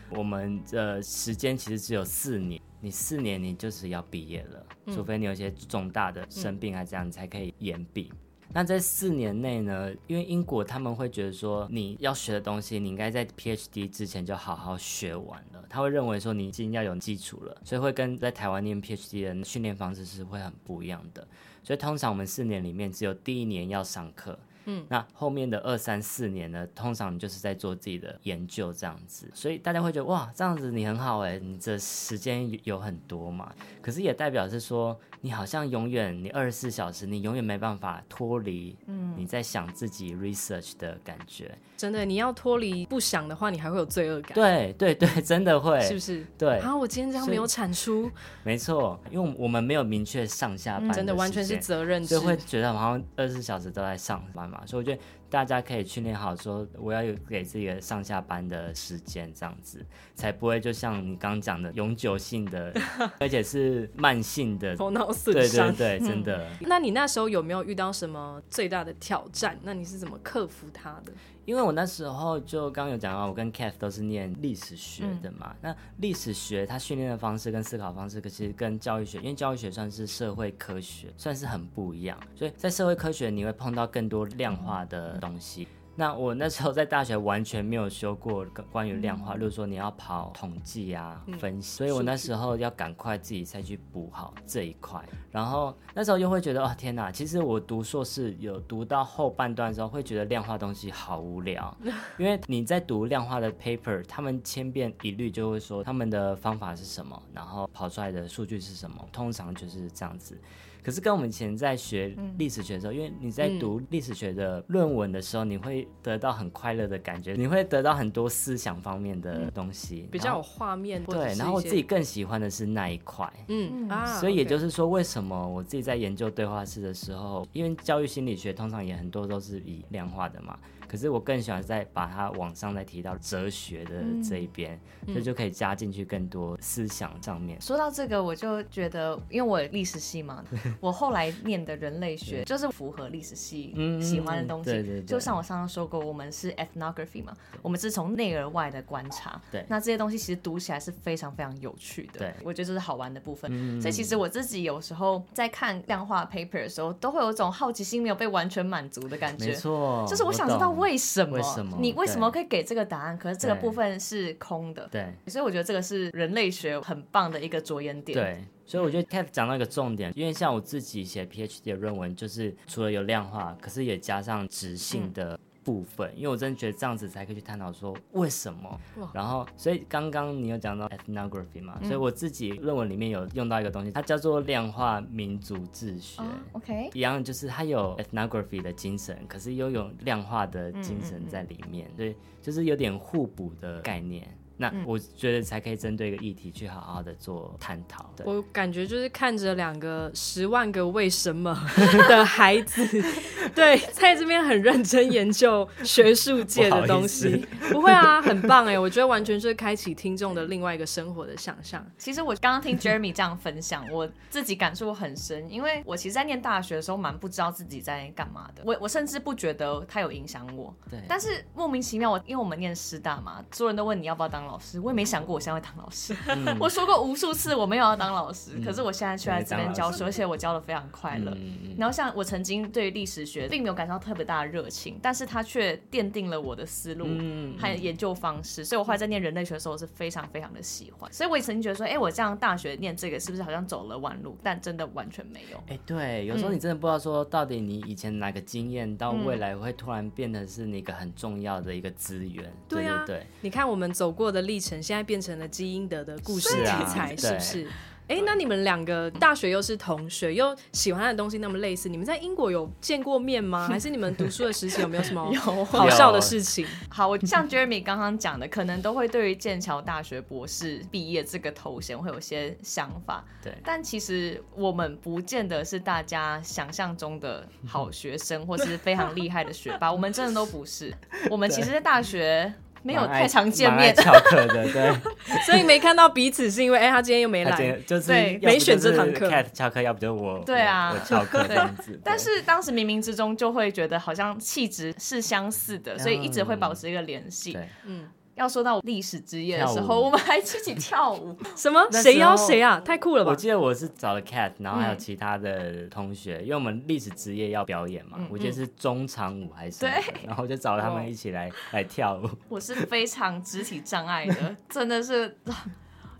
Speaker 3: 我们的时间其实只有四年，你四年你就是要毕业了，除非你有一些重大的生病啊这样，你才可以延毕。那在四年内呢，因为英国他们会觉得说，你要学的东西，你应该在 PhD 之前就好好学完了。他会认为说你已经要有基础了，所以会跟在台湾念 PhD 的训练方式是会很不一样的。所以通常我们四年里面只有第一年要上课，嗯，那后面的二三四年呢，通常就是在做自己的研究这样子。所以大家会觉得哇，这样子你很好哎、你这时间有有很多嘛。可是也代表是说，你好像永远你二十四小时，你永远没办法脱离，
Speaker 1: 嗯
Speaker 3: 你在想自己 research 的感觉。
Speaker 1: 真的，你要脱离不想的话，你还会有罪恶感，
Speaker 3: 对对对，真的会，
Speaker 1: 是不是？
Speaker 3: 对，
Speaker 1: 啊，我今天这样没有产出，嗯
Speaker 3: 没错，因为我们没有明确上下班、
Speaker 1: 真的完全是责任
Speaker 3: 所
Speaker 1: 制
Speaker 3: 以。会觉得好像二十四小时都在上班嘛，所以我觉得大家可以训练好，说我要有给自己的上下班的时间，这样子才不会就像你刚刚讲的永久 性的，而且是慢性的，
Speaker 1: 头脑损
Speaker 3: 对对
Speaker 1: 伤。
Speaker 3: 对，真的。
Speaker 1: 那你那时候有没有遇到什么最大的挑战？那你是怎么克服它的？
Speaker 3: 因为我那时候就刚刚有讲到，我跟 Kev 都是念历史学的嘛。那历史学它训练的方式跟思考方式，其实跟教育学，因为教育学算是社会科学，算是很不一样。所以在社会科学，你会碰到更多量化的东西。那我那时候在大学完全没有修过关于量化，例如说你要跑统计啊、分析，所以我那时候要赶快自己再去补好这一块。然后那时候又会觉得，哦天哪！其实我读硕士有读到后半段的时候，会觉得量化东西好无聊，因为你在读量化的 paper，他们千变一律就会说他们的方法是什么，然后跑出来的数据是什么，通常就是这样子。可是跟我们以前在学
Speaker 1: 嗯
Speaker 3: 历史学的时候，因为你在读历史学的论文的时候，你会得到很快乐的感觉，你会得到很多思想方面的东西，
Speaker 1: 嗯比较有画面，或
Speaker 3: 然后
Speaker 1: 者
Speaker 3: 对。
Speaker 1: 是
Speaker 3: 然后我
Speaker 1: 一些
Speaker 3: 自己更喜欢的是那一块，
Speaker 1: 嗯啊，
Speaker 3: 所以也就是是说，为什么我自己在研究对话式的时候，因为教育心理学通常也很多都是以量化的嘛，可是我更喜欢再把它往上再提到哲学的
Speaker 2: 嗯
Speaker 3: 这一边，所以就可以加进去更多思想上面。
Speaker 2: 说到这个，我就觉得，因为我历史系嘛， 我后来念的人类学就是符合历史系
Speaker 3: 嗯
Speaker 2: 喜欢的东西。
Speaker 3: 对对对
Speaker 2: 就像我上次说过，我们是 ethnography 嘛，我们是从内而外的观察。
Speaker 3: 对
Speaker 2: 那这些东西其实读起来是非常非常有趣的。
Speaker 3: 对嗯
Speaker 2: 我觉得这是好玩的部分。所以其实我自己有时候在看量化 paper 的时候，都会有一种好奇心没有被完全满足的感觉。
Speaker 3: 没错，
Speaker 2: 就是我想知道
Speaker 3: 懂
Speaker 2: 为什么？
Speaker 3: 为什么
Speaker 2: 你为什么
Speaker 3: 对
Speaker 2: 可以给这个答案？可是这个
Speaker 3: 对
Speaker 2: 部分是空的，
Speaker 3: 对
Speaker 2: 所以我觉得这个是人类学很棒的一个着眼点。，
Speaker 3: 对，所以我觉得 Cat 讲到一个重点，因为像我自己写 PhD 的论文，就是除了有量化，可是也加上质
Speaker 2: 嗯
Speaker 3: 性的部分，因为我真的觉得这样子才可以去探讨说为什么
Speaker 1: 哇。
Speaker 3: 然后，所以刚刚你有讲到 ethnography 嘛，
Speaker 2: 嗯
Speaker 3: 所以我自己论文里面有用到一个东西，它叫做量化民族志学。
Speaker 2: 哦、OK，
Speaker 3: 一样，就是它有 ethnography 的精神，可是又有量化的精神在里面，
Speaker 2: 嗯
Speaker 3: 对，就是有点互补的概念。那我觉得才可以针对一个议题去好好的做探讨。对，
Speaker 1: 我感觉就是看着两个十万个为什么 的孩子， 对，在这边很认真研究学术界的东西。不会啊，很棒哎、我觉得完全就是开启听众的另外一个生活的想象。
Speaker 2: 其实我刚刚听 Jeremy 这样分享，我自己感触很深，因为我其实，在念大学的时候，蛮不知道自己在干嘛的。我我甚至不觉得它有影响我，
Speaker 3: 对
Speaker 2: 但是莫名其妙，我因为我们念师大嘛，所有人都问你要不要当老师，我也没想过我现在会当老师。
Speaker 3: 嗯
Speaker 2: 我说过无数次我没有要当老师，可是我现在却在这边教书，而且我教的非常快乐。
Speaker 3: 嗯，
Speaker 2: 然后像我曾经对历史学并没有感到特别大的热情，但是它却奠定了我的思路
Speaker 3: 嗯
Speaker 2: 和研究方式，所以我后来在念人类学的时候是非常非常的喜欢。所以我也曾经觉得说，哎、我这样大学念这个是不是好像走了弯路？但真的完全没有。
Speaker 3: 哎、对，
Speaker 2: 嗯
Speaker 3: 有时候你真的不知道说到底你以前哪个经验到未
Speaker 2: 嗯
Speaker 3: 来会突然变得是你一个很重要的一个资源。
Speaker 1: 对啊
Speaker 3: 对对，
Speaker 1: 你看我们走过的历程，现在变成了基因德的故事
Speaker 3: 是
Speaker 1: 题
Speaker 3: 啊
Speaker 1: 材，是
Speaker 3: 对
Speaker 1: 不是？哎、那你们两个大学又是同学，又喜欢的东西那么类似，你们在英国有见过面 吗？还是你们读书的时期有没有什么
Speaker 2: 有
Speaker 1: 好笑的事情？
Speaker 2: 好，我像 Jeremy 刚刚讲的，可能都会对于剑桥大学博士毕业这个头衔会有些想法，
Speaker 3: 对
Speaker 2: 但其实我们不见得是大家想象中的 好学生，或是非常厉害的学霸，我们真的都不是。我们其实，在大学没有
Speaker 3: 蛮爱
Speaker 2: 太常见
Speaker 3: 蛮爱
Speaker 2: 面，
Speaker 3: 翘课的，对，
Speaker 1: 所以没看到彼此是因为哎、诶他今天又没
Speaker 3: 他今
Speaker 1: 来。
Speaker 3: 天就是
Speaker 2: 对
Speaker 3: 要不
Speaker 1: 没选
Speaker 3: 就是
Speaker 1: 这堂课
Speaker 3: Cat 翘课，要不就是我，
Speaker 2: 对啊
Speaker 3: 我我翘课这
Speaker 2: 对
Speaker 3: 样子。
Speaker 2: 但
Speaker 3: 对
Speaker 2: 是当时冥冥之中就会觉得好像气质是相似的，所以一直会保持一个联系。
Speaker 3: 嗯对，
Speaker 2: 要说到历史之夜的时
Speaker 3: 跳
Speaker 2: 候，
Speaker 3: 舞
Speaker 2: 我们还一起跳舞，
Speaker 1: 什么？
Speaker 3: 那时候
Speaker 1: 谁邀谁啊？太酷了
Speaker 3: 我
Speaker 1: 吧！嗯
Speaker 3: 记得我是找了 Cat，然后还有其他的同学，因为我们历史职业要表演
Speaker 1: 嗯
Speaker 3: 嘛，我记得是中场舞还是什么的，然后我就找他
Speaker 1: 哦
Speaker 3: 们一起来来跳舞。
Speaker 2: 我是非常肢体障碍的，真的是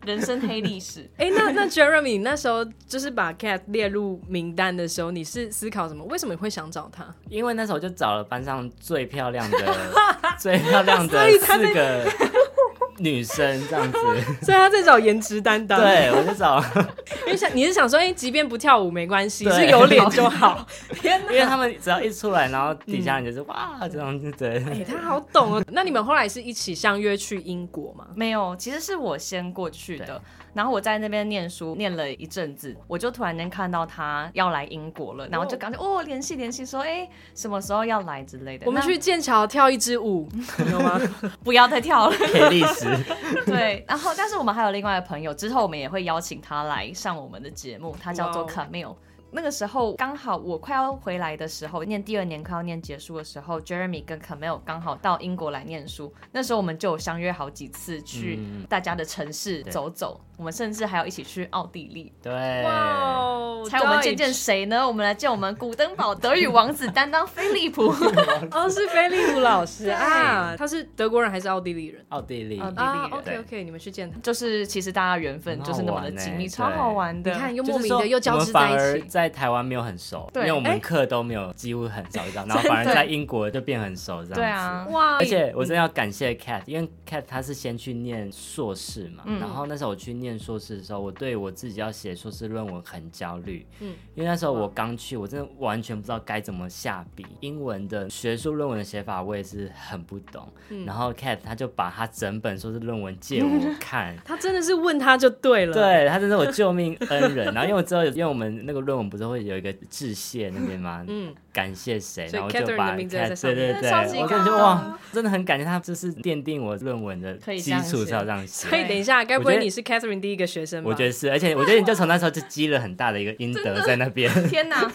Speaker 2: 人生黑历史。
Speaker 1: 哎、那那 Jeremy 你那时候就是把 Cat 列入名单的时候，你是思考什么？为什么你会想找他？
Speaker 3: 因为那时候我就找了班上最漂 亮的、最漂亮的
Speaker 1: 所以他
Speaker 3: 四个女生 这样子，
Speaker 1: 所以他在找颜值担当。，
Speaker 3: 对我就 找，
Speaker 1: 因为想你是想说，哎、即便不跳舞没关系，
Speaker 3: 对
Speaker 1: 是有脸就好。天哪！
Speaker 3: 因为他们只要一出来，然后底下人就是哇这样子，对，
Speaker 1: 哎、他好懂哦。那你们后来是一起相约去英国吗？
Speaker 2: 没有，其实是我先过去的
Speaker 3: 对，
Speaker 2: 然后我在那边念书，念了一阵子，我就突然间看到他要来英国了，然后就赶紧哦联系联系说，哎什么时候要来之类的。
Speaker 1: 我们
Speaker 2: 那
Speaker 1: 去剑桥跳一支舞，有 吗？
Speaker 2: 不要再跳了。
Speaker 3: 黑历史，
Speaker 2: 对，然后但是我们还有另外的朋友，之后我们也会邀请他来上我们的节目，他叫做
Speaker 1: 哇
Speaker 2: Camille。那个时候刚好我快要回来的时候，念第二年快要念结束的时候，Jeremy 跟 Camille 刚好到英国来念书。那时候我们就有相约好几次去大家的城市
Speaker 3: 对
Speaker 2: 走走，我们甚至还有一起去奥地利。
Speaker 3: 对，
Speaker 1: 哦
Speaker 2: 才我们见见谁呢？我们来见我们古登堡德语王子担当菲利普。
Speaker 1: 哦，是菲利普老师啊，他是德国人还是奥地利人？
Speaker 3: 奥地利
Speaker 2: 奥地利
Speaker 1: 啊
Speaker 2: 人
Speaker 1: ，OK OK，你们去见他。
Speaker 2: 就是其实大家缘分就是那么的紧密，
Speaker 3: 很好
Speaker 2: 超
Speaker 3: 玩欸
Speaker 2: 好玩的。
Speaker 1: 你看，又
Speaker 3: 就是
Speaker 1: 莫名
Speaker 3: 说
Speaker 1: 的又交
Speaker 3: 我们
Speaker 1: 织
Speaker 3: 反
Speaker 1: 在
Speaker 3: 而
Speaker 1: 一起。
Speaker 3: 在台湾没有很熟，
Speaker 2: 对
Speaker 3: 因为我
Speaker 1: 哎
Speaker 3: 们课都没有，几乎很少遇 到，然后反而在英国就变很熟这样子。
Speaker 2: 对啊，
Speaker 1: 哇！
Speaker 3: 而且我真的要感谢 Cat，因为 Cat 他是先去念硕士嘛，
Speaker 1: 嗯
Speaker 3: 然后那时候我去念硕士的时候，我对我自己要写硕士论文很焦虑，
Speaker 1: 嗯
Speaker 3: 嗯，因为那时候我刚去，我真的完全不知道该怎么下笔，英文的学术论文的写法我也是很不懂，
Speaker 1: 嗯
Speaker 3: 然后 Cat 他就把他整本硕士论文借我 看，
Speaker 1: 他真的是问他就对了。，
Speaker 2: 啊
Speaker 3: 对他真是我救命恩人。然后因为我知道有，因为我们那个论文不是会有一个致谢那边吗？
Speaker 1: 嗯
Speaker 3: 嗯，感谢谁，
Speaker 1: 所以
Speaker 3: 然后我就
Speaker 1: Catherine
Speaker 3: 把
Speaker 1: 的名字也在
Speaker 3: Cat-
Speaker 1: 上
Speaker 3: 对
Speaker 1: 面
Speaker 2: 真
Speaker 3: 对
Speaker 2: 的超级
Speaker 3: 对，我感觉
Speaker 2: 高哦
Speaker 3: 哇，真的很感谢他，就是奠定我论文的
Speaker 2: 可以这
Speaker 3: 基
Speaker 2: 样
Speaker 3: 础
Speaker 2: 写
Speaker 3: 是要这样写
Speaker 1: 所。以等一下，该不
Speaker 3: 我
Speaker 1: 会
Speaker 3: 觉得
Speaker 1: 你是 Catherine 第一个学生吧？
Speaker 3: 我觉得是，而且我觉得你就从那时候就积了很大的一个阴德在那边。
Speaker 2: 天哪！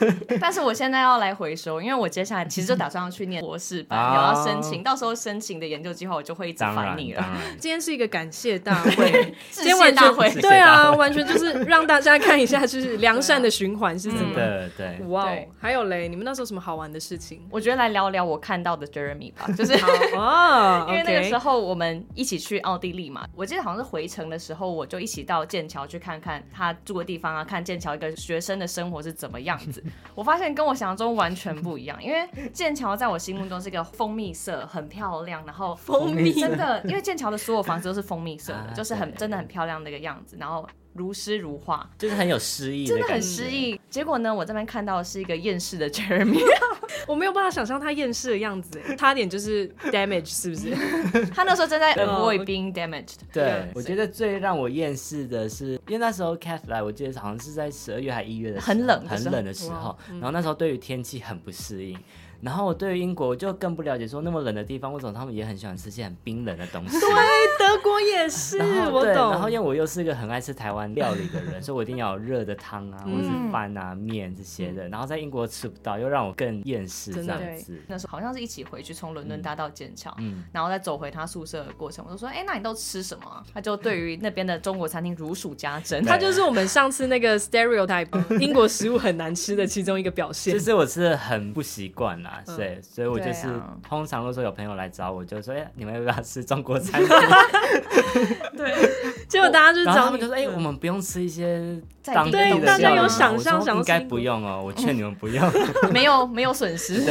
Speaker 2: 但是我现在要来回收，因为我接下来其实就打算要去念博士班，
Speaker 3: 啊
Speaker 2: 有要申请，到时候申请的研究计划我就会一直
Speaker 3: 当然
Speaker 2: 烦你，
Speaker 3: 当
Speaker 2: 了。
Speaker 3: 然，
Speaker 1: 今天是一个感谢大 会，
Speaker 2: 致
Speaker 1: 今天
Speaker 2: 谢
Speaker 1: 完
Speaker 2: 大
Speaker 1: 全
Speaker 2: 会
Speaker 3: 致，谢
Speaker 1: 对
Speaker 3: 大
Speaker 1: 啊，
Speaker 3: 会
Speaker 1: 完全就是让大家看一下，就是良善的循环是怎么。
Speaker 3: 嗯对对。
Speaker 1: 哇
Speaker 2: 对
Speaker 1: 哦，还有嘞，你们那时候什么好玩的事情？
Speaker 2: 我觉得来聊聊我看到的 Jeremy 吧，就是，
Speaker 1: 哦
Speaker 2: 因为那个时
Speaker 1: 候
Speaker 2: 候我们一起去奥地利嘛，我记得好像是回程的时候，我就一起到剑桥去看看他住的地方啊，看剑桥一个学生的生活是怎么样子。我发现跟我想象中完全不一样，因为剑桥在我心目中是一个蜂蜜色，很漂亮，然后
Speaker 1: 蜂蜜
Speaker 2: 真的，因为剑桥的所有房子都是蜂蜜色的
Speaker 3: 啊，
Speaker 2: 就是很
Speaker 3: 对
Speaker 2: 真的很漂亮的一个样子，然后如诗如画，
Speaker 3: 就是很有诗意，
Speaker 2: 真的很诗。意。结果呢，我这边看到的是一个厌世的 Jeremy。
Speaker 1: 我没有办法想象他厌世的样 子，哎差点就是 damage 是不是？
Speaker 2: 他那时候正在
Speaker 1: 对
Speaker 2: avoid being damaged。
Speaker 3: 对
Speaker 1: 对，
Speaker 3: 我觉得最让我厌世的是，因为那时候 Cath 来，我记得好像是在十二月还一月的时候，
Speaker 2: 很冷的时
Speaker 3: 很
Speaker 2: 候嗯
Speaker 3: 冷的时候，然后那时候对于天气很不适应。然后我对于英国我就更不了解，说那么冷的地方，为什么他们也很喜欢吃些很冰冷的东 西？
Speaker 2: 啊
Speaker 1: 德国也是，
Speaker 3: 然后
Speaker 1: 我
Speaker 3: 对，
Speaker 1: 懂。
Speaker 3: 然后因为我又是一个很爱吃台湾料理的 人，所以我一定要有热的汤啊，或者
Speaker 2: 嗯
Speaker 3: 是饭啊、面这些的。然后在英国吃不到，又让我更厌世这
Speaker 1: 真的
Speaker 3: 样
Speaker 2: 对
Speaker 3: 子，。
Speaker 2: 那时候好像是一起回去，从伦敦搭到剑桥，
Speaker 3: 嗯
Speaker 2: 然后再走回他宿舍的过程，我就说：“哎、那你都吃什么啊、他就对于那边的中国餐厅如数家珍。
Speaker 1: 它就是我们上次那个 stereotype 英国食物很难吃的其中一个表现
Speaker 3: 其。实我是很不习惯啦，
Speaker 1: 嗯
Speaker 3: 对，所以我就是、
Speaker 2: 对啊
Speaker 3: 通常如果说有朋友来找我，就说哎、你们要不要吃中国 餐？
Speaker 1: 结果大家就是
Speaker 3: 然后他
Speaker 1: 找
Speaker 3: 们
Speaker 1: 你
Speaker 3: 就，说哎、我们不用吃一些
Speaker 2: 在
Speaker 3: 当
Speaker 2: 地的东
Speaker 3: 地的料理
Speaker 2: 西大
Speaker 3: 吗，
Speaker 2: 家有
Speaker 1: 想
Speaker 3: 我
Speaker 1: 象
Speaker 3: 说
Speaker 1: 想要
Speaker 3: 应
Speaker 1: 吃
Speaker 3: 该
Speaker 1: 英
Speaker 3: 不
Speaker 1: 国
Speaker 3: 用哦，我劝你们不 用。
Speaker 2: 没有没有损失，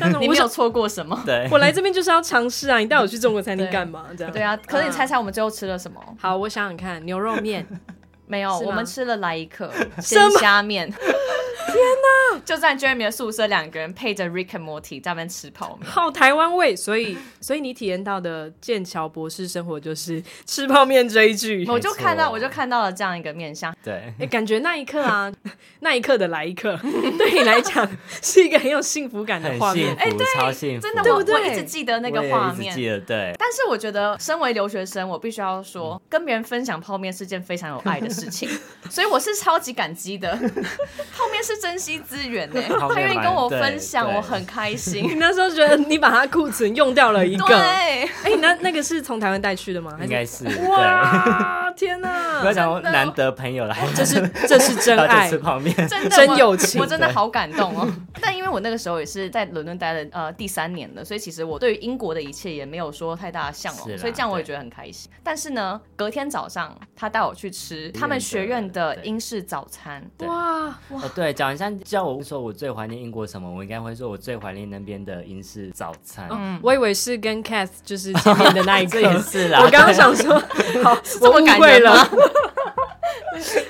Speaker 1: 但是
Speaker 2: 你
Speaker 1: 我
Speaker 2: 没有
Speaker 1: 想
Speaker 2: 错过什么。
Speaker 3: 对，
Speaker 1: 我来这边就是要尝试啊，你带我去中国餐厅干嘛？这样
Speaker 2: 对。啊，可是你猜猜我们最后吃了什么？
Speaker 1: 好，我想想看，牛肉面，
Speaker 2: 没有，
Speaker 1: 是吗
Speaker 2: 我们吃了来一克
Speaker 1: 什
Speaker 2: 鲜
Speaker 1: 么
Speaker 2: 虾面。天哪！就在 Jeremy 的宿舍，两个人配着 Rick and Morty 在那边吃泡面。
Speaker 1: 好台湾味，所以所以你体验到的剑桥博士生活就是吃泡面追 剧。
Speaker 2: 我就看到，
Speaker 3: 没错
Speaker 2: 我就看到了这样一个面相，
Speaker 3: 对。
Speaker 1: 哎、感觉那一刻啊， 那一刻的来一刻， 对你来讲是一个很有幸福感的
Speaker 3: 很
Speaker 1: 画
Speaker 3: 幸
Speaker 1: 面。
Speaker 3: 福，超幸福，
Speaker 2: 哎真的，
Speaker 1: 对
Speaker 2: 我
Speaker 1: 不对
Speaker 2: 我一直记得那
Speaker 3: 我
Speaker 2: 个
Speaker 3: 也
Speaker 2: 画
Speaker 3: 一直
Speaker 2: 面。
Speaker 3: 记得对，
Speaker 2: 但是我觉得，身为留学生，我必须要说，跟别人分享泡面是件非常有爱的事情，所以我是超级感激的。泡面是珍惜资源呢、
Speaker 3: 泡面
Speaker 2: 他愿意
Speaker 3: 蛮
Speaker 2: 跟我
Speaker 3: 对
Speaker 2: 分享，
Speaker 3: 对
Speaker 2: 我很开
Speaker 1: 哎你
Speaker 2: 心。
Speaker 1: 那时候觉得你把他库存用掉了一个，哎、
Speaker 2: 对，
Speaker 1: 你那那个是从台湾带去的吗？还
Speaker 3: 应
Speaker 1: 是
Speaker 3: 该是对。
Speaker 1: 哇，天
Speaker 3: 不要
Speaker 1: 哪！
Speaker 3: 讲我
Speaker 2: 真的
Speaker 3: 难得朋友来，
Speaker 1: 这是这是真
Speaker 3: 大家
Speaker 1: 爱
Speaker 3: 就吃，泡面，
Speaker 2: 真的
Speaker 1: 真
Speaker 2: 我
Speaker 1: 友情
Speaker 2: 我真的好感动哦。但因为我那个时候也是在伦敦待了呃第三年了，所以其实我对于英国的一切也没有说太大的向
Speaker 3: 是
Speaker 2: 往，
Speaker 3: 啦
Speaker 2: 所以这样我也觉得很开心。但是呢，隔天早上他带我去吃他们学院的英式早餐，
Speaker 3: 对
Speaker 1: 哇，
Speaker 3: 哦，对，讲一下，叫我说我最怀念英国什么，我应该会说我最怀念那边的英式早餐。
Speaker 1: 嗯，我以为是跟 Cass 就是见面的那 一刻
Speaker 3: 这也是啦，
Speaker 1: 我刚刚想说， 好，
Speaker 2: 这
Speaker 1: 我
Speaker 2: 么
Speaker 1: 误
Speaker 2: 感
Speaker 1: 会
Speaker 2: 人
Speaker 1: 了
Speaker 2: 吗。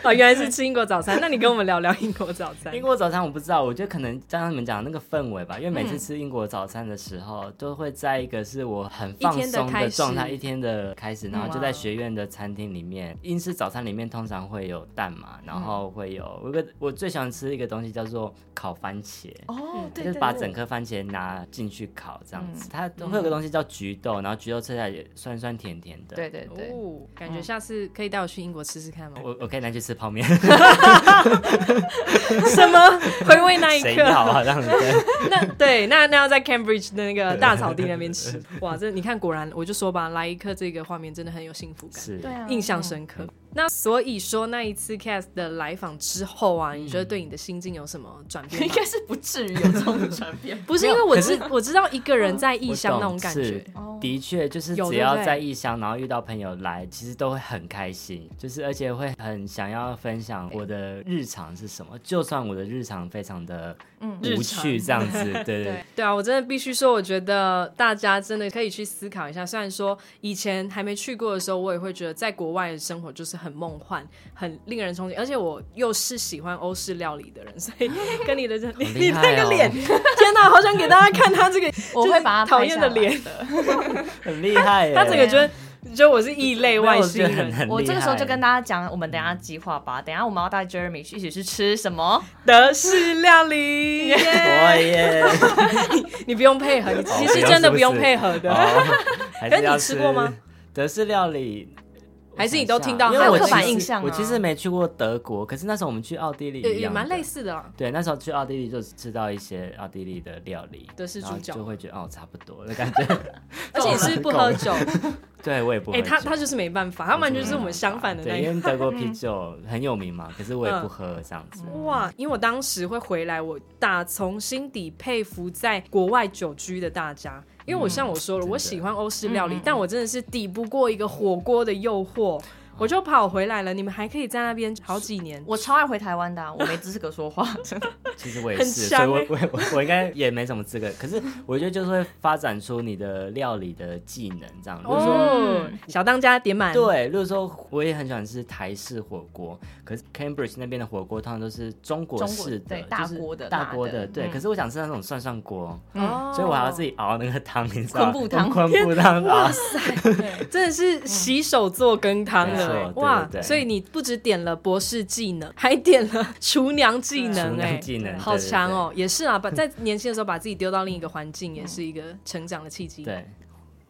Speaker 1: 哦，原来是吃英国早 餐。那你跟我们聊聊英国早餐
Speaker 3: 英。国早餐我不知道，我觉得可能像你们讲的那个氛围吧，因为每次吃英国早餐的时候，都会在一个是我很放
Speaker 1: 一天的
Speaker 3: 松
Speaker 1: 开始
Speaker 3: 的状态，一天的开始，然后就
Speaker 1: 哇
Speaker 3: 在学院的餐厅里面，英式早餐里面通常会有蛋嘛，然后会有我有个我最喜欢吃一个东西叫做烤番茄。
Speaker 2: 哦，对
Speaker 3: 就
Speaker 2: 对
Speaker 3: 是把
Speaker 2: 对。
Speaker 3: 整颗番茄拿进去烤，这样子，它会有个东西叫橘豆，然后橘豆吃起来也酸酸甜甜的。
Speaker 2: 对对对，
Speaker 1: 哦，感觉下次可以带我去英国吃吃看 吗？
Speaker 3: 我我可以拿去吃泡面，
Speaker 1: 什么回味那一
Speaker 3: 谁
Speaker 1: 刻？
Speaker 3: 要啊？这样子，对
Speaker 1: 那 对，那那要在 Cambridge 的那个大草地那边吃。哇，这你看，果然我就说吧，来一刻这个画面真的很有幸福感，
Speaker 3: 是，
Speaker 2: 对啊，
Speaker 1: 印象深刻。那所以说那一次 Cast 的来访之后啊，
Speaker 3: 嗯
Speaker 1: 你觉得对你的心境有什么转变
Speaker 2: 应
Speaker 1: 吗？
Speaker 2: 该是不至于有这种转变。
Speaker 1: 不是因为我知我知道一个人在异
Speaker 3: 我
Speaker 1: 乡那
Speaker 3: 懂
Speaker 1: 种感
Speaker 3: 是
Speaker 1: 觉，
Speaker 2: 哦
Speaker 3: 的确，就是
Speaker 1: 有
Speaker 3: 只
Speaker 1: 对不
Speaker 3: 要
Speaker 1: 对
Speaker 3: 在异乡，然后遇到朋友来，其实都会很开心，就是而且会很想要分享我的日常是什么，就算我的日常非常的
Speaker 1: 嗯日
Speaker 3: 无趣这样 子，对对
Speaker 2: 对
Speaker 3: 对。
Speaker 1: 对啊，我真的必须说，我觉得大家真的可以去思考一下。虽然说以前还没去过的时候，我也会觉得在国外的生活就是很梦幻、很令人憧憬，而且我又是喜欢欧式料理的人，所 以跟你的这、你你
Speaker 3: 厉害
Speaker 1: 那个
Speaker 3: 哦
Speaker 1: 脸，天哪，好想给大家看他这 个
Speaker 2: 我会把它
Speaker 1: 讨
Speaker 2: 拍
Speaker 1: 厌
Speaker 2: 下
Speaker 1: 的
Speaker 2: 来
Speaker 1: 脸，
Speaker 3: 很 厉害耶！
Speaker 1: 他整个觉得觉得我是异类
Speaker 3: 没有
Speaker 1: 外
Speaker 3: 我
Speaker 1: 星
Speaker 3: 觉得很
Speaker 1: 人。
Speaker 3: 很
Speaker 2: 我
Speaker 3: 厉
Speaker 2: 这个时候
Speaker 3: 害
Speaker 2: 就跟大家讲，我们等一下计划吧。等一下我们要带 Jeremy 去一起去吃什么？
Speaker 1: 德式料理
Speaker 3: 我 耶，
Speaker 1: 你不用配合，你其
Speaker 3: 哦不
Speaker 1: 实
Speaker 3: 用
Speaker 1: 真的
Speaker 3: 是不哦
Speaker 1: 不用
Speaker 3: 是
Speaker 1: 配合的。
Speaker 3: 哦还
Speaker 1: 可是
Speaker 3: 是
Speaker 1: 你
Speaker 3: 要
Speaker 1: 吃过吗？
Speaker 3: 德式料理
Speaker 1: 还是你都听到
Speaker 3: 因为我
Speaker 1: 还有刻
Speaker 2: 板
Speaker 3: 其实
Speaker 2: 印象啊
Speaker 3: 我其实没去过德国，可是那时候我们去奥地利
Speaker 1: 也
Speaker 3: 一
Speaker 1: 也
Speaker 3: 样的
Speaker 1: 蛮类似的啊。
Speaker 3: 对，那时候去奥地利就吃到一些奥地利的料理，
Speaker 1: 德式
Speaker 3: 然后
Speaker 1: 猪脚
Speaker 3: 就会觉得哦，差不多的感觉。
Speaker 1: 而且你是不喝酒，
Speaker 3: 对，我也不
Speaker 1: 哎、
Speaker 3: 喝酒。
Speaker 1: 他他就是没办法，他们就是我们相反的那嗯
Speaker 3: 对，
Speaker 1: 一
Speaker 3: 因为德国 啤酒很有名嘛，可是我也不喝这样子。
Speaker 1: 哇！因为我当时会回来，我打从心底佩服在国外久居的大家，因为我像我说了，
Speaker 3: 嗯真的嗯
Speaker 1: 我喜欢欧式料理，但我真的是抵不过一个火锅的诱惑，我就跑回来了。你们还可以在那边好几年，哦
Speaker 2: 我超爱回台湾的啊、我没资格说话， 真的。
Speaker 3: 其实我也
Speaker 1: 很
Speaker 3: 是，所以
Speaker 1: 香
Speaker 3: 我
Speaker 1: 欸
Speaker 3: 我我我应该也没什么资格。可是我觉得就是会发展出你的料理的技能这样。比如说，
Speaker 1: 哦，小当家点满，，
Speaker 3: 对，例如说我也很喜欢吃台式火锅，可是 Cambridge 那边的火锅通常都是中国
Speaker 2: 中国
Speaker 3: 式的，
Speaker 2: 对
Speaker 3: 就是
Speaker 2: 大锅的
Speaker 3: 大
Speaker 2: 辣
Speaker 3: 锅
Speaker 2: 的
Speaker 3: 的，对。
Speaker 2: 嗯
Speaker 3: 可是我想吃那种涮涮锅。
Speaker 1: 哦
Speaker 3: 嗯所以我还要自己熬那个汤，你知道吗
Speaker 2: 昆布汤
Speaker 3: 昆布汤啊熬。
Speaker 1: 哦真的是洗手做羹汤
Speaker 3: 嗯没错
Speaker 1: 了欸
Speaker 3: 对
Speaker 1: 哇
Speaker 3: 对！对
Speaker 1: 所以你不只点了博士技能，还点了厨娘技
Speaker 3: 厨
Speaker 1: 能，
Speaker 3: 娘
Speaker 1: 哎，
Speaker 3: 技能
Speaker 1: 好
Speaker 3: 对对
Speaker 1: 强哦！也是啊， 把在年轻的时候把自己丢到另一个环境，也是一个成长的契机。
Speaker 3: 对，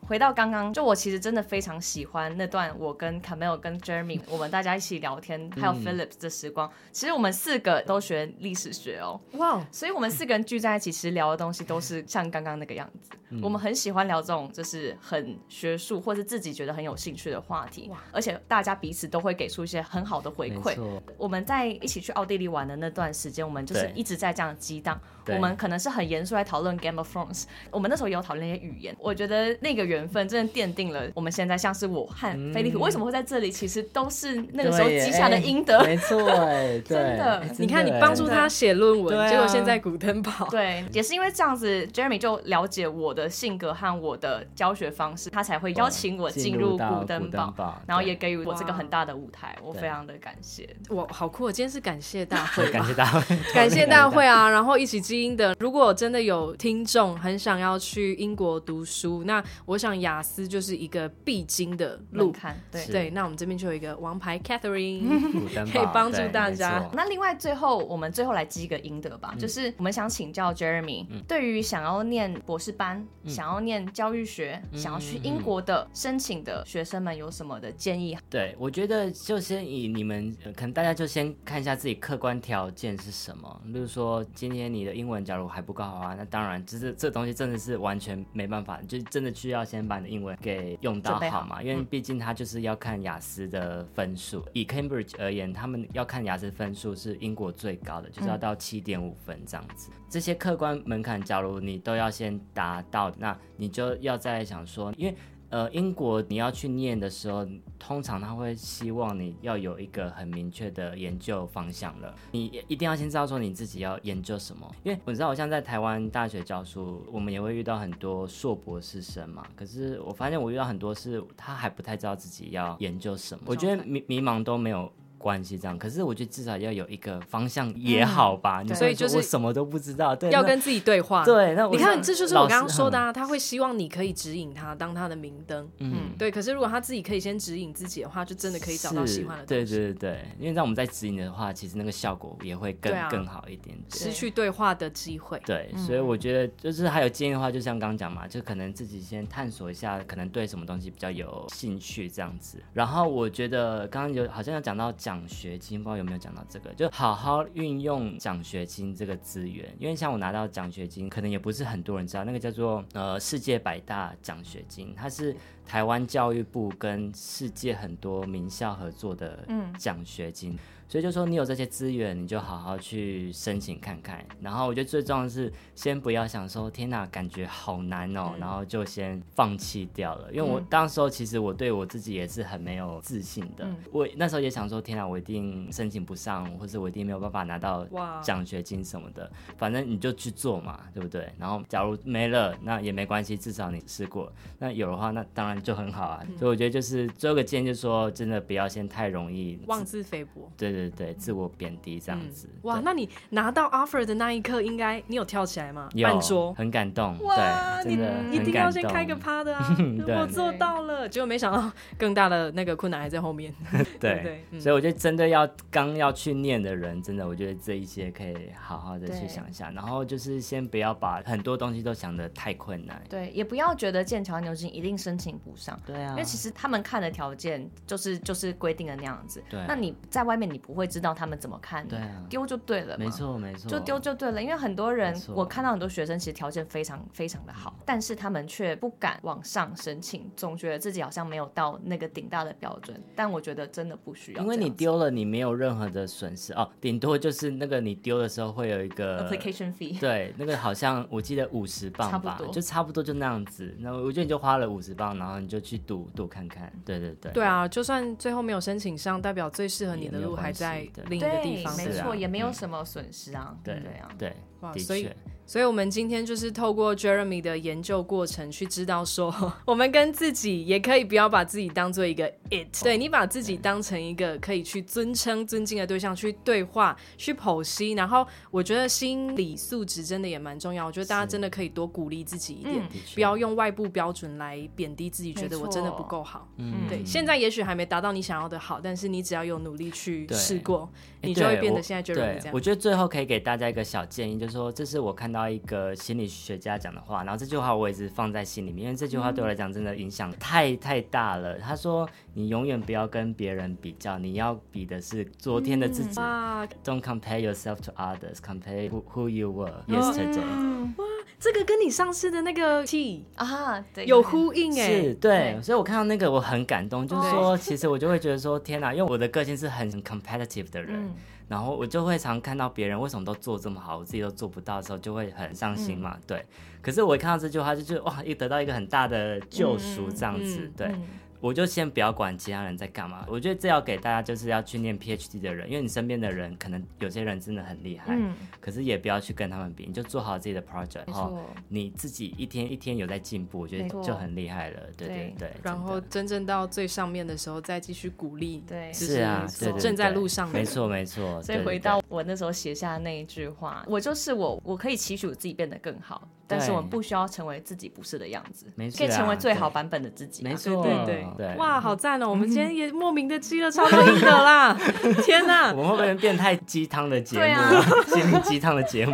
Speaker 2: 回到刚刚，就我其实真的非常喜欢那段我跟 Camille 跟 Jeremy 我们大家一起聊天，还
Speaker 3: 嗯
Speaker 2: 有 Phillips 的时光。其实我们四个都学历史学哦，
Speaker 1: 哇，
Speaker 2: 所以我们四个人聚在一起，其实聊的东西都是像刚刚那个样子。
Speaker 3: 嗯
Speaker 2: 我们很喜欢聊这种就是很学术或是自己觉得很有兴趣的话题，而且大家彼此都会给出一些很好的回
Speaker 3: 没
Speaker 2: 馈。
Speaker 3: 错，
Speaker 2: 我们在一起去奥地利玩的那段时间，我们就是
Speaker 3: 对
Speaker 2: 一直在这样激荡。
Speaker 3: 对
Speaker 2: 我们可能是很严肃在讨论 Game of Thrones，我们那时候也有讨论一些语言。我觉得那个缘分真的奠定了我们现在像是我和菲利普、为什么会在这里，其实都是那个时候
Speaker 3: 嗯对耶
Speaker 2: 积下的
Speaker 3: 哎
Speaker 2: 阴德。
Speaker 3: 没错，哎，对
Speaker 2: 真的
Speaker 3: 哎
Speaker 1: 你看你
Speaker 3: 真的
Speaker 1: 帮助
Speaker 3: 哎
Speaker 1: 他写论
Speaker 3: 对
Speaker 1: 文，
Speaker 3: 啊
Speaker 1: 结果现在古登堡，
Speaker 2: 对，也是因为这样子，Jeremy 就了解我的性格和我的教学方式，他才会邀请我进入
Speaker 3: 到
Speaker 2: 古登堡，
Speaker 3: 堡
Speaker 2: 然后
Speaker 3: 对
Speaker 2: 也给予我这个
Speaker 1: 哇
Speaker 2: 很大的舞台，我
Speaker 3: 对
Speaker 2: 非常的感谢。
Speaker 1: 哇，好酷！哦！今天是感谢大会
Speaker 3: 对， 感谢大会，
Speaker 1: 感谢大会啊！然后一起基因的，如果真的有听众很想要去英国读书，那我想雅思就是一个必经的
Speaker 2: 门
Speaker 1: 路。
Speaker 2: 槛对
Speaker 3: 是。
Speaker 1: 对，那我们这边就有一个王牌 Catherine，
Speaker 3: 古登堡，
Speaker 1: 可以帮助
Speaker 3: 对
Speaker 1: 大家。
Speaker 3: 没错
Speaker 2: 那另外最后，我们最后来积一个阴德吧，就是我们想请教 Jeremy，、对于想要念博士班、想要念教育学、想要去英国的申请的学生们，有什么的建议？
Speaker 3: 对，我觉得就先以你们，呃可能大家就先看一下自己客观条件是什么。例如说，今天你的英文假如还不够好啊，那当然，就是这东西真的是完全没办法，就真的需要先把你的英文给用到
Speaker 2: 准备好嗯
Speaker 3: 好嘛，因为毕竟它就是要看雅思的分数。以 Cambridge 而言，他们要看雅思分数是英国最高的，
Speaker 2: 嗯
Speaker 3: 就是要到七点五分这样子。这些客观门槛，假如你都要先达到，那你就要再想说，因为呃，英国你要去念的时候，通常他会希望你要有一个很明确的研究方向了。你一定要先知道说你自己要研究什么，因为我知道我像在台湾大学教书，我们也会遇到很多硕博士生嘛。可是我发现我遇到很多是他还不太知道自己要研究什么，我觉得迷迷茫都没有。关系这样，可是我觉得至少要有一个方向也好吧。你
Speaker 2: 对
Speaker 3: 不
Speaker 1: 所以
Speaker 3: 能说
Speaker 1: 就是
Speaker 3: 我什么都不知道，对，
Speaker 1: 要
Speaker 3: 那
Speaker 1: 跟自己对话。
Speaker 3: 对，那我
Speaker 1: 你看，
Speaker 3: 想
Speaker 1: 这就是我
Speaker 3: 老师
Speaker 1: 刚刚说的
Speaker 3: 嗯
Speaker 1: 啊，他会希望你可以指引他，当他的明灯。
Speaker 3: 嗯，
Speaker 1: 对，可是如果他自己可以先指引自己的话，就真的可以找到喜欢的东
Speaker 3: 是对
Speaker 1: 西。
Speaker 3: 对对对，因为让我们在指引的话，其实那个效果也会更、
Speaker 1: 对啊
Speaker 3: 更好一点点。
Speaker 1: 失去对话的机会。
Speaker 3: 对，所以我觉得就是还有建议的话，就像刚刚讲嘛，就可能自己先探索一下，可能对什么东西比较有兴趣这样子。然后我觉得刚刚有好像有讲到奖学金，不知道有没有讲到这个，就好好运用奖学金这个资源，因为像我拿到奖学金，可能也不是很多人知道，那个叫做呃世界百大奖学金，它是台湾教育部跟世界很多名校合作的奖学金，所以就说你有这些资源，你就好好去申请看看。然后我觉得最重要的是，先不要想说天哪，感觉好难哦，然后就先放弃掉了。因为我当时候其实我对我自己也是很没有自信的，我那时候也想说天哪，我一定申请不上，或是我一定没有办法拿到
Speaker 1: 哇
Speaker 3: 奖学金什么的。反正你就去做嘛，对不对？然后假如没了，那也没关系，至少你试过。那有的话，那当然就很好啊。
Speaker 1: 嗯
Speaker 3: 所以我觉得就是最后一个建议，就是说真的不要先太容易
Speaker 1: 妄自菲薄。
Speaker 3: 对对对，自我贬低这样子。
Speaker 1: 嗯哇，
Speaker 3: 对
Speaker 1: 那你拿到 offer 的那一刻，应该你有跳起来吗？
Speaker 3: 有
Speaker 1: 半桌。
Speaker 3: 很感动，
Speaker 1: 哇
Speaker 3: 对，真的
Speaker 1: 一
Speaker 3: 很
Speaker 1: 定
Speaker 3: 感
Speaker 1: 要先开个
Speaker 3: 动
Speaker 1: 趴的 啊！
Speaker 3: 对
Speaker 1: 我做到了，结果没想到更大的那个困难还在后面。对不
Speaker 3: 对
Speaker 1: 对，嗯
Speaker 3: 所以我觉得针对要刚要去念的人，真的我觉得这一些可以好好的去
Speaker 2: 对
Speaker 3: 想一下，然后就是先不要把很多东西都想得太困难。
Speaker 2: 对，也不要觉得剑桥、牛津一定申请补上。
Speaker 3: 对啊，
Speaker 2: 因为其实他们看的条件就是就是规定的那样子，
Speaker 3: 对啊
Speaker 2: 那你在外面你不会知道他们怎么看你，
Speaker 3: 对啊
Speaker 2: 丢就对了嘛，
Speaker 3: 没错没错，
Speaker 2: 就丢就对了。因为很多人
Speaker 3: 没错
Speaker 2: 我看到很多学生其实条件非常非常的好，但是他们却不敢往上申请，总觉得自己好像没有到那个顶大的标准。但我觉得真的不需要这
Speaker 3: 因
Speaker 2: 样子，
Speaker 3: 为你丢了，你没有任何的损失哦，顶多就是那个你丢的时候会有一个
Speaker 2: application fee，
Speaker 3: 对，那个好像我记得五十
Speaker 2: 差
Speaker 3: 磅
Speaker 2: 不
Speaker 3: 吧
Speaker 2: 多，
Speaker 3: 就差不多就那样子。那我觉得你就花了五十磅，然后你就去赌赌看看。对对对，
Speaker 1: 对啊，就算最后没有申请上，代表最适合你
Speaker 3: 也
Speaker 1: 的
Speaker 3: 没有
Speaker 1: 路还
Speaker 3: 关系
Speaker 1: 在
Speaker 3: 对
Speaker 1: 另一个地
Speaker 2: 对，
Speaker 1: 方。
Speaker 2: 没
Speaker 3: 是啊
Speaker 2: 错，也没有
Speaker 3: 嗯
Speaker 2: 什么损失啊，
Speaker 3: 对
Speaker 2: 对啊。
Speaker 3: 对，
Speaker 1: 哇
Speaker 3: 的
Speaker 1: 所以
Speaker 3: 确，
Speaker 1: 所以，我们今天就是透过 Jeremy 的研究过程，去知道说， 我们跟自己也可以不要把自己当做一个 it，对你把自己当成一个呃可以去尊称、尊敬的对象去对话、去剖析。然后，我觉得心理素质真的也蛮重要。我觉得大家真的可以多鼓励自己一点，
Speaker 3: 的确
Speaker 1: 不要用外部标准来贬低自己，觉得我真的不够好。嗯
Speaker 3: 嗯
Speaker 1: 对，现在也许还没达到你想要的好，但是你只要有努力去
Speaker 3: 对
Speaker 1: 试过，
Speaker 3: 诶
Speaker 1: 你就会
Speaker 3: 对
Speaker 1: 变得
Speaker 3: 我
Speaker 1: 现在 Jeremy
Speaker 3: 对
Speaker 1: 这样
Speaker 3: 我。觉得最后可以给大家一个小建议，就是说，这是我看到一个心理学家讲的话，然后这句话我一直放在心里面，因为这句话
Speaker 1: 嗯
Speaker 3: 对我来讲真的影响太太大了。他说：“你永远不要跟别人比较，你要比的是昨天的自己。
Speaker 1: 哇，
Speaker 3: Don't compare yourself to others. Compare who, who you
Speaker 1: 哦
Speaker 3: were yesterday.”
Speaker 1: 这个跟你上次的那个 T
Speaker 2: 啊，对，
Speaker 1: 有
Speaker 2: 对
Speaker 1: 呼应哎、
Speaker 3: 是对，所以我看到那个我很感动，就是
Speaker 1: 对
Speaker 3: 说，其实我就会觉得说，天哪，因为我的个性是很 competitive 的人，然后我就会常看到别人为什么都做这么好，我自己都做不到的时候，就会很伤心嘛。对，可是我一看到这句话，就觉得哇，一得到一个很大的救赎，这样子，
Speaker 1: 嗯
Speaker 3: 对。
Speaker 2: 嗯
Speaker 3: 我就先不要管其他人在干嘛，我觉得这要给大家就是要去念 PhD 的人，因为你身边的人可能有些人真的很厉害，
Speaker 2: 嗯
Speaker 3: 可是也不要去跟他们比，你就做好自己的 project，
Speaker 2: 没
Speaker 3: 然后
Speaker 2: 错
Speaker 3: 你自己一天一天有在进步，我觉得
Speaker 2: 没错
Speaker 3: 就很厉害了。对对
Speaker 2: 对
Speaker 3: 对，
Speaker 1: 然后
Speaker 3: 真的
Speaker 1: 真正到最上面的时候，再继续鼓励，
Speaker 2: 对
Speaker 1: 就是
Speaker 3: 是啊，对对对
Speaker 1: 正在路上的
Speaker 3: 没
Speaker 1: 人，
Speaker 3: 错没错。
Speaker 2: 所以
Speaker 3: 对
Speaker 2: 回到我那时候写下的那一句话，我就是我，我可以期许我自己变得更好，但是我们不需要成为自己不是的样子，
Speaker 3: 没事啊
Speaker 2: 可以成为最好版本的自己、啊
Speaker 3: 对对没，错
Speaker 1: 对对
Speaker 3: 对。
Speaker 1: 哇，好赞哦！我们今天也莫名的积了超多阴德 啦，天
Speaker 3: 我
Speaker 1: 哪！
Speaker 3: 们会不会变变态鸡汤的节目？
Speaker 2: 对啊
Speaker 3: 心灵鸡汤的节 目，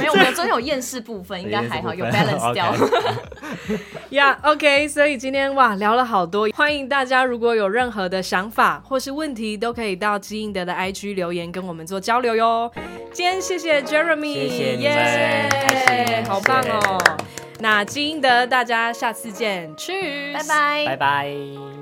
Speaker 2: 没有，我们真有厌世部分，应该还 好，有 balance 掉。
Speaker 3: OK
Speaker 1: 呀、o k 所以今天哇聊了好多，欢迎大家如果有任何的想法或是问题，都可以到基因德的 IG 留言跟我们做交流哟。今天谢谢 Jeremy，
Speaker 3: 谢谢你们
Speaker 1: 耶
Speaker 3: 开心
Speaker 1: 好棒哦
Speaker 3: 谢谢！
Speaker 1: 那基因德，大家下次见，去，
Speaker 2: 拜拜，
Speaker 3: 拜拜。